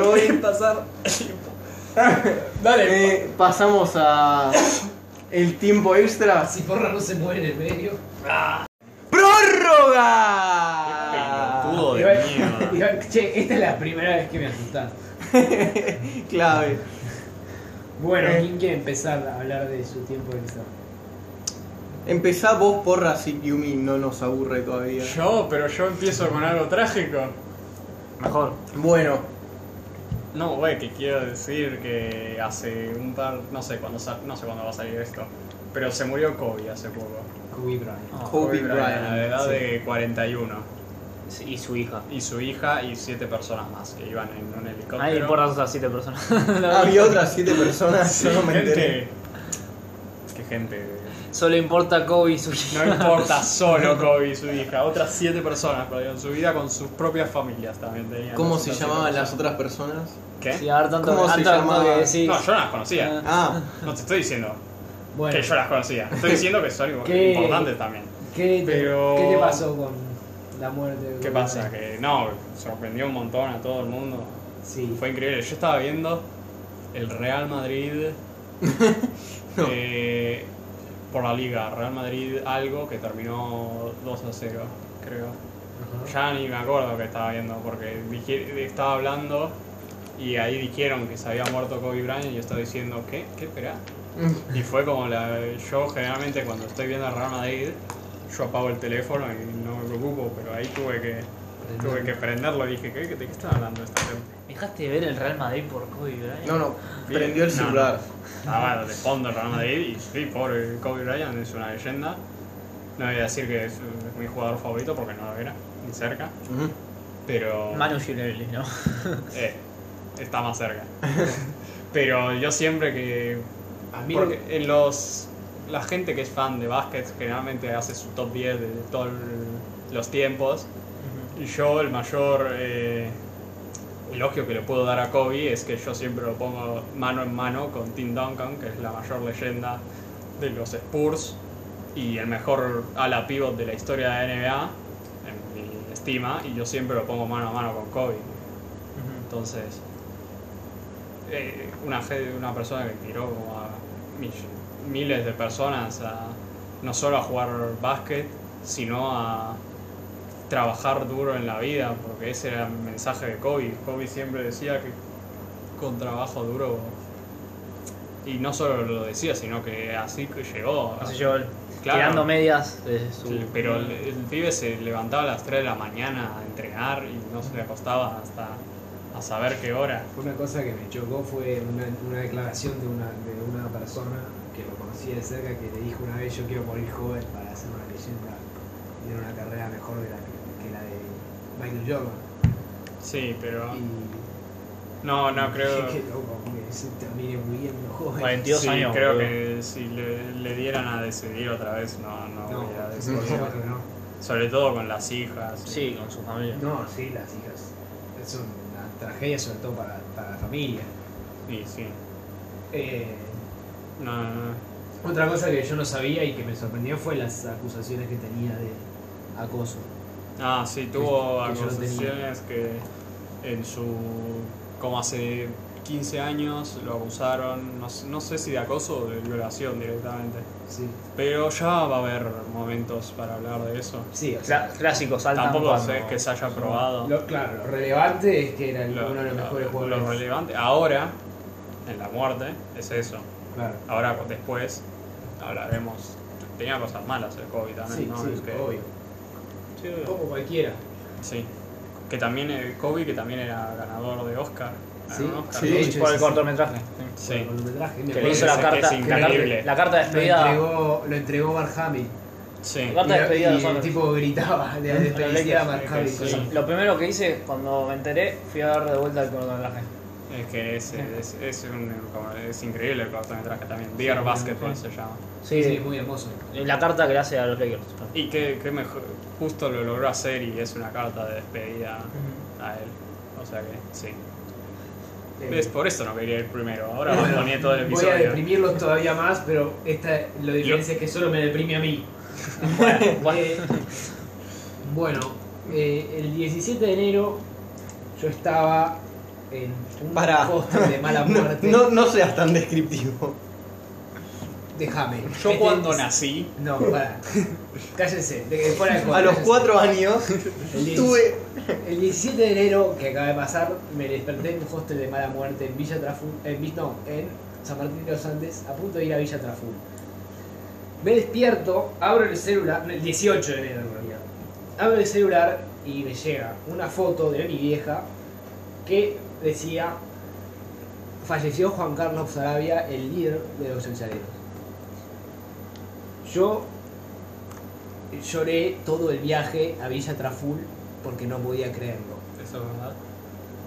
B: hoy
A: pasar el tiempo. Dale.
B: eh, pasamos a el tiempo extra.
F: Si Porra no se muere en el medio...
B: ¡Prórroga!
A: Oh,
D: Pelotudo
C: Igual-
D: mierda.
C: igual, che, esta es la
F: Primera vez que me asustan.
B: Clave.
C: Bueno,
B: Eh.
C: ¿quién quiere empezar a hablar de su tiempo extra?
B: Empezá vos, porra, si Yumi no nos aburre todavía.
A: Yo, pero yo empiezo con algo trágico.
D: Mejor.
B: Bueno,
A: No, güey, que quiero decir que hace un par, no sé cuándo sal- no sé cuándo va a salir esto, pero se murió Kobe hace poco.
F: Kobe Bryant.
B: Kobe Bryant,
A: a la edad
B: sí.
A: de 41
D: Sí, Y su hija.
A: y su hija y siete personas más que iban en un helicóptero.
D: Nadie importa esas siete personas.
B: había otras siete personas,
A: Sí,
B: yo no me enteré.
A: gente. Qué gente.
D: Solo importa Kobe y su
A: No
D: hija.
A: importa solo Kobe y su hija, otras siete personas perdieron su vida con sus propias familias también tenían.
B: ¿Cómo
A: Otras
B: se
A: siete
B: llamaban las
A: personas.
B: otras personas?
A: ¿Qué?
D: Sí, a ver, tanto,
B: ¿Cómo se
D: tanto
B: llama?
D: que decís.
A: No, yo no las conocía.
B: Ah,
A: No te estoy diciendo
C: Bueno,
A: que yo las conocía. Estoy diciendo que son
C: ¿Qué?
A: importantes también.
C: ¿qué, te,
A: pero-
C: ¿qué te pasó con la muerte de
A: ¿Qué
C: Kobe
A: pasa?
C: Bryant?
A: Que no, sorprendió un montón a todo el mundo.
C: Sí.
A: Fue increíble. Yo estaba viendo el Real Madrid eh, por la liga. Real Madrid algo que terminó 2 a 0, creo. Ya ni me acuerdo que estaba viendo porque dije- estaba hablando y ahí dijeron que se había muerto Kobe Bryant y yo estaba diciendo, ¿qué? ¿Qué esperá? Y fue como la. Yo generalmente cuando estoy viendo el Real Madrid, yo apago el teléfono y no me preocupo, pero ahí tuve que. Tuve que prenderlo y dije, ¿qué, ¿de qué están hablando esta gente?
E: ¿Dejaste de ver el Real Madrid por Kobe Bryant?
B: no, no,
A: Bien,
B: prendió el
A: no,
B: celular.
A: Ah, bueno, de fondo el Real Madrid y sí, pobre Kobe Bryant es una leyenda. No voy a decir que es eh, mi jugador favorito porque no lo era, ni cerca,
B: Ujú.
A: pero.
E: Manu Ginobili, ¿no?
F: Pues,
A: Eh, está más cerca. Pero yo siempre que.
F: A mí
A: Porque en los. La gente que es fan de básquet generalmente hace su top 10 de todos los tiempos. Y yo, el mayor eh, elogio que le puedo dar a Kobe es que yo siempre lo pongo mano en mano con Tim Duncan, que es la mayor leyenda de los Spurs y el mejor ala pivot de la historia de la NBA, en mi estima. Y yo siempre lo pongo mano a mano con Kobe. Entonces, eh, una, fe- una persona que tiró como a mill- miles de personas a no solo a jugar básquet, sino a trabajar duro en la vida, porque ese era el mensaje de Kobe. Kobe siempre decía que con trabajo duro, y no solo lo decía, sino que así que llegó.
D: No sé yo, el-
A: Ah, Claro.
D: tirando medias de su.
A: Sí, Pero el, el pibe se levantaba a las 3 de la mañana a entrenar y no se le acostaba hasta a saber qué hora.
F: Una cosa que me chocó fue una, una declaración de una, de una persona que lo conocía de cerca que le dijo una vez yo quiero morir joven para ser una leyenda y tener una carrera mejor de la que, que la de Michael Jordan.
A: Sí, pero.
F: Y
A: No, no creo.
F: dije, "Qué loco, que se termine muriendo joven.
D: 42
A: sí,
D: años.
A: creo
D: boludo.
A: que si le, le dieran a decidir otra vez, no, no,
F: No,
A: voy a
F: por
A: decidir.
F: supuesto que no.
A: Sobre todo con las hijas.
D: Sí, con su familia.
F: No, sí, las hijas. Es una tragedia sobre todo para, para la familia.
A: Y sí.
F: Eh,
A: No, no, no.
F: Otra cosa que yo no sabía y que me sorprendió fue las acusaciones que tenía de acoso.
A: Ah, sí, tuvo
F: Que yo no tenía.
A: acusaciones que en su. como hace 15 años, lo acusaron, no, sé- no sé si de acoso o de violación directamente.
C: Sí,
A: Pero ya va a haber momentos para hablar de eso.
C: sí, o sea,
D: Cla- clásicos, saltan
A: Tampoco
D: cuando-
A: sé que se haya probado.
C: lo- claro, lo relevante es que era el-
A: Lo-
C: uno de los
A: lo-
C: mejores
A: lo
C: jugadores.
A: relevante ahora, en la muerte, es eso.
C: Claro.
A: Ahora después hablaremos. Tenía cosas malas el COVID también,
C: Sí,
A: ¿no?
C: sí,
A: Es que-
C: obvio.
A: Sí, obvio.
C: Como cualquiera.
A: Sí. Que también el Kobe, que también era ganador de Oscar. Ganó
C: Sí,
A: un Oscar,
B: sí,
A: ¿no?
C: de hecho,
D: Por el
C: sí, sí.
D: cortometraje.
A: Sí.
C: Con el metraje,
A: le
C: me
D: Que le
C: acuerdo
D: hizo
A: dice
D: la
A: que
D: carta,
A: es increíble.
D: la carta de
C: Lo
D: despedida.
C: entregó, lo entregó Barhami.
A: Sí.
D: Carta de
C: Y la-
D: despedida de
C: y el
D: Sanders.
C: tipo gritaba de la despedida a Barhami.
A: Sí.
C: cosa-
D: Lo primero que hice cuando me enteré fui a ver de vuelta el cortometraje.
A: Es que es, es, es, un, como- es increíble el cortometraje también. Dear Basketball se llama.
D: Sí,
C: Sí, muy hermoso.
D: y la carta que le hace a los Lakers.
A: Y que, que mejor, justo lo logró hacer y es una carta de despedida a él. O sea que sí. Es por eso no quería ir primero. Ahora me ponía todo el
C: Eh, Voy a
A: episodio.
C: deprimirlos todavía más, pero esta, lo diferencia es que solo me deprime a mí. Eh, bueno, eh, el 17 de enero yo estaba en un
B: Pará.
C: hostel de mala
B: No,
C: muerte.
B: no, no seas tan descriptivo.
C: Déjame.
A: Yo
C: Este-
A: cuando nací,
C: No, para. Cállense. de- fuera de juego,
B: A los
C: cállense.
B: cuatro años
C: El 17
B: tuve.
C: El 17 de enero que acaba de pasar, me desperté en un hostel de mala muerte en Villa Traful, en, Vi- no, en San Martín de los Andes, a punto de ir a Villa Traful. Me despierto, abro el celular, el 18 de enero en realidad. Abro el celular y me llega una foto de mi vieja que decía falleció Juan Carlos Sarabia, el líder de los ensareros. Yo lloré todo el viaje a Villa Traful porque no podía creerlo.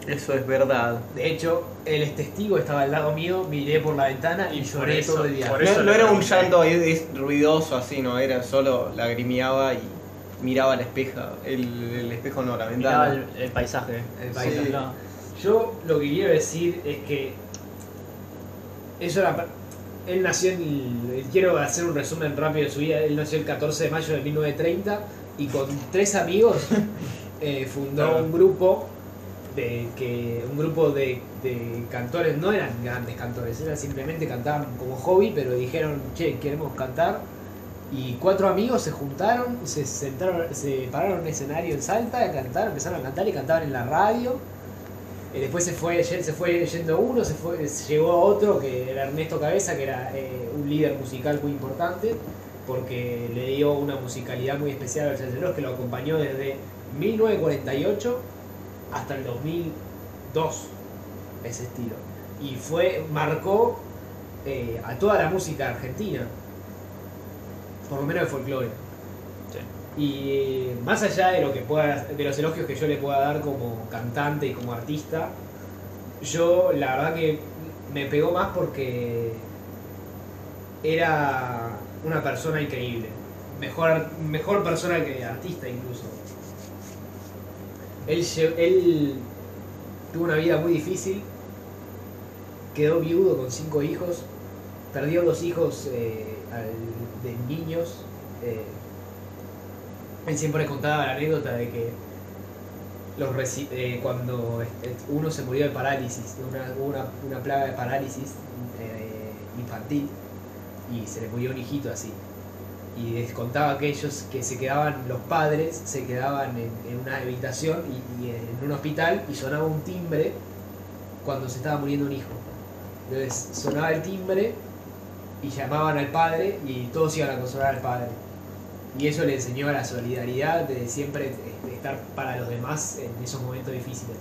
B: Eso es verdad.
C: De hecho, él es testigo, estaba al lado mío, miré por la ventana y,
A: Y por
C: lloré
A: eso,
C: todo el día.
A: por eso
B: No, no
A: le
B: era un
A: pregunté.
B: llanto es- es ruidoso así, no, era solo lagrimeaba y miraba la espeja, el, el espejo no, la
G: Miraba
B: ventana.
G: el, el paisaje.
C: El
B: Sí.
C: paisaje. Yo lo que quiero decir es que eso era- él nació en el- quiero hacer un resumen rápido de su vida, él nació el 14 de mayo de 1930 y con tres amigos eh, fundó un grupo de que un grupo de, de cantores no eran grandes cantores, eran simplemente cantaban como hobby, pero dijeron, "Che, queremos cantar." Y cuatro amigos se juntaron, se sentaron, se pararon en un escenario en Salta, cantaron, empezaron a cantar y cantaban en la radio. Eh, después se fue, ye- se fue yendo uno, se fue, se llegó otro que era Ernesto Cabeza, que era eh, un líder musical muy importante, porque le dio una musicalidad muy especial a los Chalceros, que lo acompañó desde 1948 hasta el 2002, ese estilo. Y fue, marcó eh, a toda la música argentina, por lo menos el folclore. Y eh, más allá de lo que pueda, de los elogios que yo le pueda dar como cantante y como artista, yo la verdad que me pegó más porque era una persona increíble. Mejor, mejor persona que artista incluso. Él, lle- él tuvo una vida muy difícil, quedó viudo con cinco hijos, perdió dos hijos eh, al- de niños. eh, él siempre contaba la anécdota de que los reci- eh, cuando este, uno se murió de parálisis, de una, hubo una, una plaga de parálisis eh, infantil, y se le murió un hijito así. Y les contaba que ellos que se quedaban, los padres se quedaban en, en una habitación y, y en un hospital y sonaba un timbre cuando se estaba muriendo un hijo. Entonces sonaba el timbre y llamaban al padre y todos iban a consolar al padre. Y eso le enseñó a la solidaridad de siempre este, estar para los demás en esos momentos difíciles.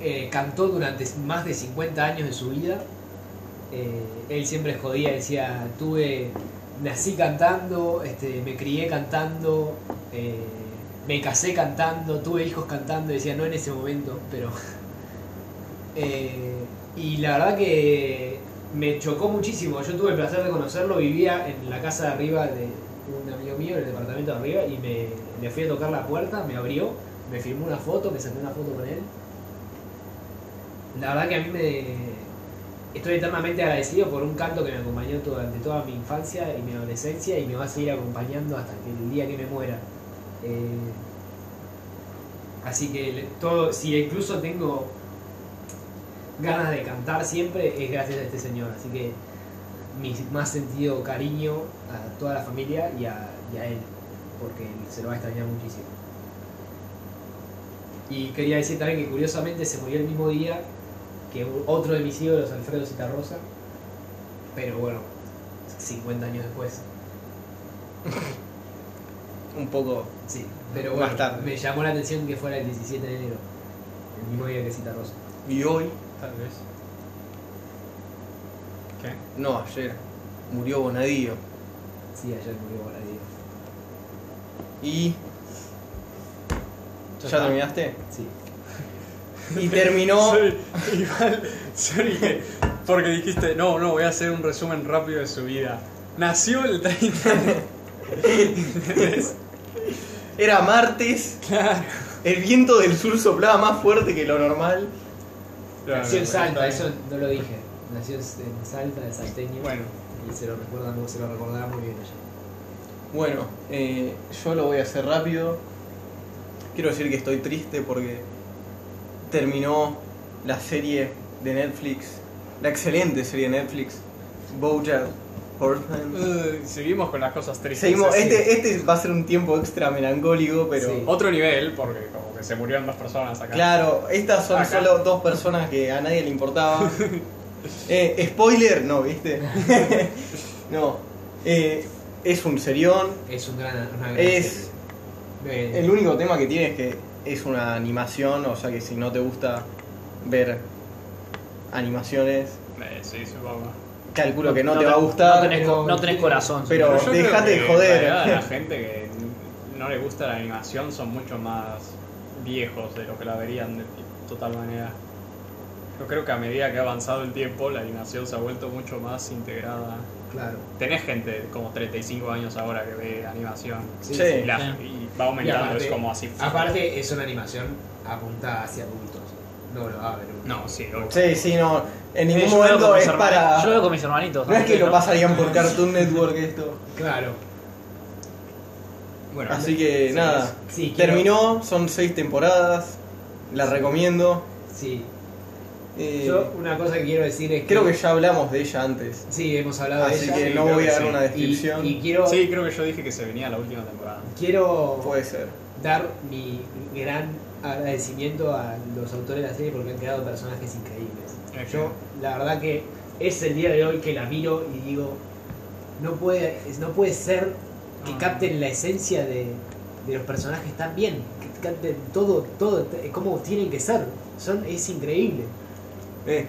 C: Eh, cantó durante más de 50 años de su vida. Eh, él siempre jodía, decía, tuve, nací cantando, este, me crié cantando, eh, me casé cantando, tuve hijos cantando, decía, no en ese momento, pero... Eh, y la verdad que me chocó muchísimo. Yo tuve el placer de conocerlo, vivía en la casa de arriba de un amigo mío, en el departamento de arriba, y me, le fui a tocar la puerta, me abrió, me firmó una foto, me saqué una foto con él. La verdad que a mí me... Estoy eternamente agradecido por un canto que me acompañó durante toda mi infancia y mi adolescencia y me va a seguir acompañando hasta que el día que me muera. Eh, así que le- todo, si incluso tengo ganas de cantar siempre es gracias a este señor. Así que mi más sentido cariño a toda la familia y a, y a él, porque se lo va a extrañar muchísimo. Y quería decir también que curiosamente se murió el mismo día que u- otro de mis ídolos, Alfredo Citarrosa, pero bueno, 50 años después.
B: Un poco.
C: Sí, pero
B: Más
C: bueno,
B: tarde.
C: me llamó la atención que fuera el 17 de enero, el mismo día que Citarrosa.
A: Y hoy, tal vez. ¿Qué?
B: No, ayer. Murió Bonadío.
C: Sí, ayer murió Baradí.
B: Y. ¿Ya,
A: está.
B: terminaste?
C: Sí.
B: Y terminó.
A: Sorry, igual, sorry que- porque dijiste, no, no, voy a hacer un resumen rápido de su vida. Nació el 30 de... ¿Entendés?
B: Era martes.
A: Claro.
B: El viento del sur soplaba más fuerte que lo normal.
C: Nació en Salta,
A: está
C: eso
A: bien.
C: no lo dije. Nació en Salta, el salteño.
A: Bueno,
C: Y se lo recuerda, se lo recordará muy bien ella.
B: Bueno, eh, yo lo voy a hacer rápido. Quiero decir que estoy triste porque terminó la serie de Netflix, la excelente serie de Netflix, Bojack Horseman.
A: eh, seguimos con las cosas tristes.
B: Seguimos,
A: así.
B: este, este va a ser un tiempo extra melancólico, pero
C: Sí.
A: Otro nivel, porque como que se murieron dos personas acá.
B: claro, estas son
A: Acá.
B: solo dos personas que a nadie le importaba. Eh, spoiler, no, viste. no, eh, es un serión,
C: Es un gran, una gran
B: es...
C: serie. Me-
B: El único tema que tiene es que es una animación, o sea que si no te gusta ver animaciones,
A: Eh, sí, supongo.
B: calculo que no,
D: no
B: te,
D: te-
B: va a
D: no
B: gustar.
D: tenés, co- no tenés corazón.
B: Pero-
D: señor.
A: yo creo
B: dejate de
A: que
B: joder.
A: en realidad La gente que no le gusta la animación son mucho más viejos de lo que la verían de total manera. Yo creo que a medida que ha avanzado el tiempo, la animación se ha vuelto mucho más integrada.
C: Claro.
A: Tenés gente como 35 años ahora que ve animación.
C: Sí,
B: Sí.
A: Y, la-
D: Sí.
A: y va aumentando, es como así.
C: Aparte, es una animación apuntada hacia adultos. No lo va a ver. un-
A: No, sí, obvio.
B: Sí, sí, no. En
D: Eh,
B: ningún
D: yo veo con
B: momento
D: mis
B: es
D: hermani-
B: para.
D: Yo veo con mis hermanitos.
B: No es que
D: ¿no?
B: lo pasarían por Cartoon Network esto.
C: Claro.
A: Bueno,
B: Así que
C: Sí,
B: nada.
C: es- sí, quiero-
B: Terminó, son seis temporadas. La recomiendo.
C: Sí.
B: Eh,
C: Yo una cosa que quiero decir es que...
B: creo que ya hablamos de ella antes.
C: Sí, hemos hablado de
B: Así
C: ella.
B: que
A: Ah, sí,
B: no
A: creo
B: voy
A: que
B: a dar
A: sí.
B: una descripción.
C: Y, y quiero...
A: sí, creo que yo dije que se venía la última temporada.
C: Quiero...
B: Puede ser.
C: dar mi gran agradecimiento a los autores de la serie porque han creado personajes increíbles.
A: Ejemplo.
C: Yo, la verdad que es el día de hoy que la miro y digo, no puede, es- no puede ser que
A: No.
C: capten la esencia de, de los personajes tan bien, que capten todo, todo, t- como tienen que ser. Son, es increíble.
B: Eh,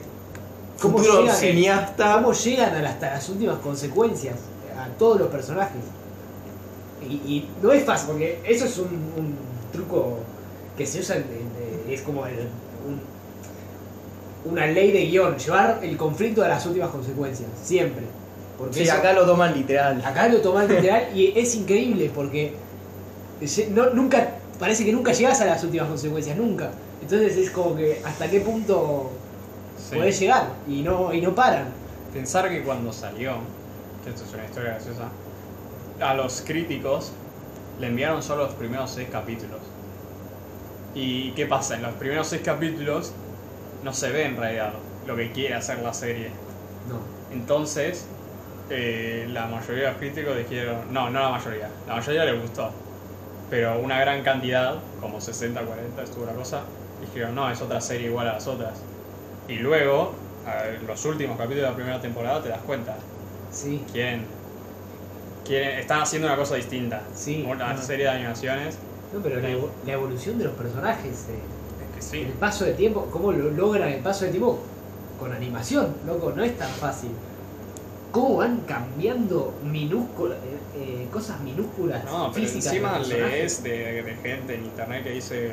C: ¿Cómo
B: futuro
C: llegan?
B: cineasta.
C: ¿Cómo llegan a las- hasta las últimas consecuencias a todos los personajes? Y, y no es fácil, porque eso es un, un truco que se usa, en- en- en- es como el- un- una ley de guión, llevar el conflicto a las últimas consecuencias, siempre. Porque
B: Sí,
C: eso-
B: acá lo toman
A: Ah.
B: literal.
C: acá lo tomás literal y es increíble porque lle- no- nunca, parece que nunca llegas a las últimas consecuencias, nunca. Entonces es como que hasta qué punto
A: Sí.
C: podés llegar y no, y no paran.
A: Pensar que cuando salió, que esto es una historia graciosa, a los críticos le enviaron solo los primeros seis capítulos. ¿Y qué pasa? En los primeros seis capítulos no se ve en realidad lo que quiere hacer la serie.
C: No.
A: Entonces, eh, la mayoría de los críticos dijeron, no, no la mayoría, la mayoría le gustó. Pero una gran cantidad, como 60, 40, estuvo la cosa, dijeron, no, es otra serie igual a las otras. Y luego, a ver, los últimos capítulos de la primera temporada, te das cuenta,
C: Sí.
A: quieren, quieren están haciendo una cosa distinta.
C: Sí.
A: Una
C: Ah.
A: serie de animaciones.
C: No, pero la, evo- la evolución de los personajes, eh,
A: Es que
C: el
A: sí.
C: paso de tiempo, ¿cómo lo logran el paso de tiempo? Con animación, loco, no es tan fácil. ¿Cómo van cambiando minúsculas, eh, eh, cosas minúsculas
A: No, pero
C: físicas? de
A: encima
C: los
A: lees
C: personajes?
A: de, de gente en internet que dice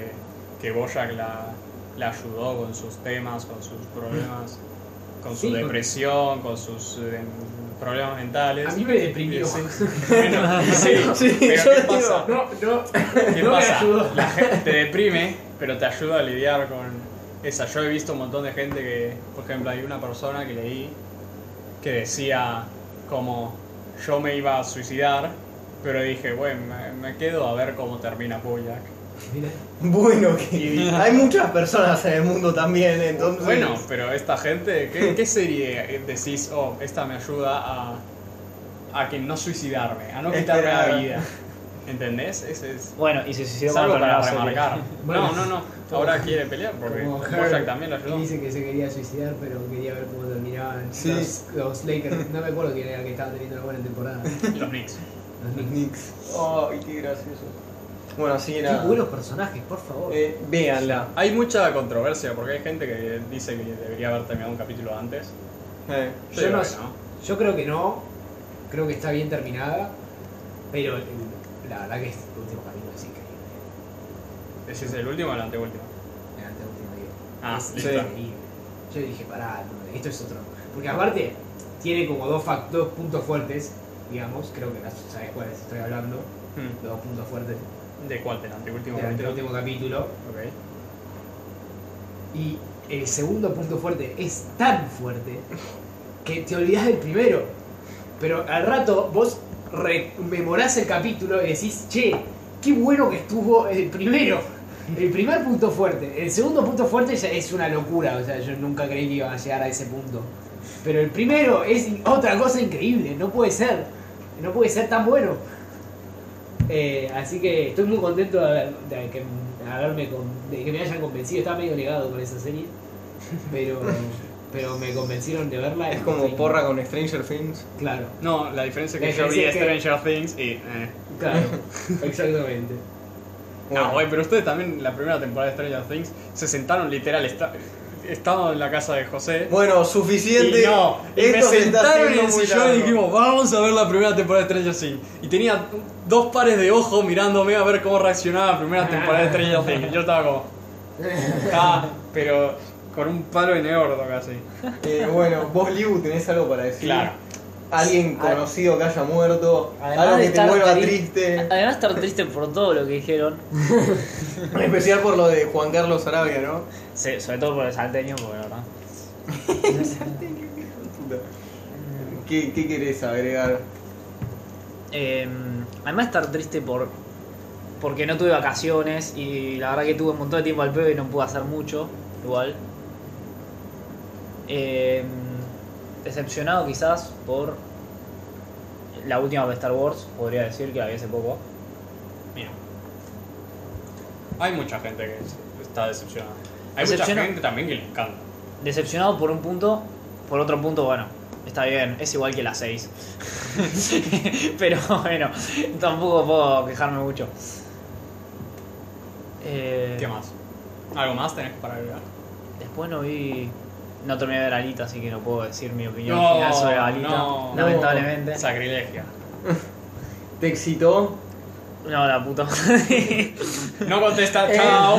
A: que Boyack la, la ayudó con sus temas, con sus problemas, con su
C: Sí, con-
A: depresión, con sus eh, problemas mentales.
C: A mí me deprimió.
A: Sí, Bueno, sí,
B: Sí,
A: pero
B: yo
A: ¿qué
B: digo,
A: pasa?
C: No, no,
A: ¿Qué
C: no me
A: pasa?
C: ayudó.
A: La gente te deprime, pero te ayuda a lidiar con esa. Yo he visto un montón de gente que, por ejemplo, hay una persona que leí que decía como yo me iba a suicidar, pero dije, bueno, me, me quedo a ver cómo termina Boyack.
C: Mira,
B: Bueno, que hay muchas personas en el mundo también, entonces.
A: Bueno, pero esta gente, ¿qué, qué serie decís, oh, esta me ayuda a, a que no suicidarme, a no
B: Es
A: quitarme la
B: que-
A: vida? ¿Entendés? Ese es,
D: Bueno, y se suicidó
A: es algo
D: cuando
A: para
D: terminó la serie.
A: remarcar. No, no, no. Ahora quiere pelear porque
C: como
A: Bojack también lo ayudó.
C: Dice que se quería suicidar, pero quería ver cómo terminaban
B: Sí.
C: los, los Lakers. No me acuerdo quién era que estaba teniendo una buena temporada.
A: Y Los Knicks.
C: Los
B: Los
C: Knicks.
B: Knicks. Ay, qué gracioso. Bueno, así que
C: Qué
B: nada.
C: buenos personajes, por favor.
B: Eh, véanla.
A: Hay mucha controversia porque hay gente que dice que debería haber terminado un capítulo antes.
B: Eh,
A: Yo
C: Yo
A: digo
C: no
A: que
C: sé. Yo creo que no. Creo que está bien terminada. Pero eh, la verdad que este último capítulo es increíble.
A: ¿Decís el último o el anteúltimo?
C: El anteúltimo día.
A: Ah,
C: es
A: listo.
C: increíble. Yo dije, pará, no, esto es otro. Porque aparte, tiene como dos, fac- dos puntos fuertes, digamos. Creo que las- sabes cuáles estoy hablando.
A: Hmm.
C: Los dos puntos fuertes
A: ¿De cuál? ¿Del anteúltimo?
C: del anteúltimo capítulo.
A: Ok.
C: Y el segundo punto fuerte es tan fuerte que te olvidas del primero. Pero al rato vos rememorás el capítulo y decís, che, qué bueno que estuvo el primero. El primer punto fuerte. El segundo punto fuerte ya es una locura. O sea, yo nunca creí que iba a llegar a ese punto. Pero el primero es in- otra cosa increíble. No puede ser. No puede ser tan bueno. Eh, así que estoy muy contento de, haber- de que, de haberme con- de que me hayan convencido. Estaba medio negado con esa serie, pero, pero me convencieron de verla. y
B: Es como
C: estoy-
B: porra con Stranger Things.
C: Claro,
A: No, la diferencia es
C: La
A: que yo vi
C: diferencia es
A: Stranger Things y... eh.
C: claro, exactamente.
A: No, güey, pero ustedes también, la primera temporada de Stranger Things, se sentaron literal, esta- estaban en la casa de José.
B: Bueno, suficiente.
A: Y no, y me
B: Esto se está
A: sentaron en
B: haciendo
A: el
B: muy
A: sillón y
B: largo.
A: dijimos, vamos a ver la primera temporada de Stranger Things. Y tenía dos pares de ojos mirándome a ver cómo reaccionaba la primera temporada de Stranger Things. Yo estaba como, ah, pero con un palo en el orto casi.
B: Eh, bueno, vos, Liu, tenés algo para decir.
A: Claro.
B: Alguien
D: Ad-
B: conocido que haya muerto,
D: Además
B: algo
D: de
B: que te
D: estar
B: vuelva
D: tri-
B: triste.
D: Además de estar triste por todo lo que dijeron,
B: En especial por lo de Juan Carlos Arabia, ¿no?
D: Sí, sobre todo por el salteño, porque la verdad.
B: ¿Qué, qué querés agregar?
D: Eh, además de estar triste por porque no tuve vacaciones y la verdad que tuve un montón de tiempo al pedo y no pude hacer mucho, igual. Eh, decepcionado quizás por la última de Star Wars, podría decir que la vi hace poco.
A: Mira, hay mucha gente que está decepcionada. Hay
D: Decepciona-
A: mucha gente también que le encanta.
D: Decepcionado por un punto, por otro punto, bueno, está bien, es igual que la 6. Pero bueno, tampoco puedo quejarme mucho. Eh,
A: ¿Qué más? ¿Algo más tenés para agregar?
D: Después no vi. No terminé de ver Alita, así que no puedo decir mi opinión
A: No,
D: final sobre Alita.
A: no.
D: lamentablemente.
A: Sacrilegio.
B: ¿Te excitó?
D: No, la puta.
A: No contesta, chao.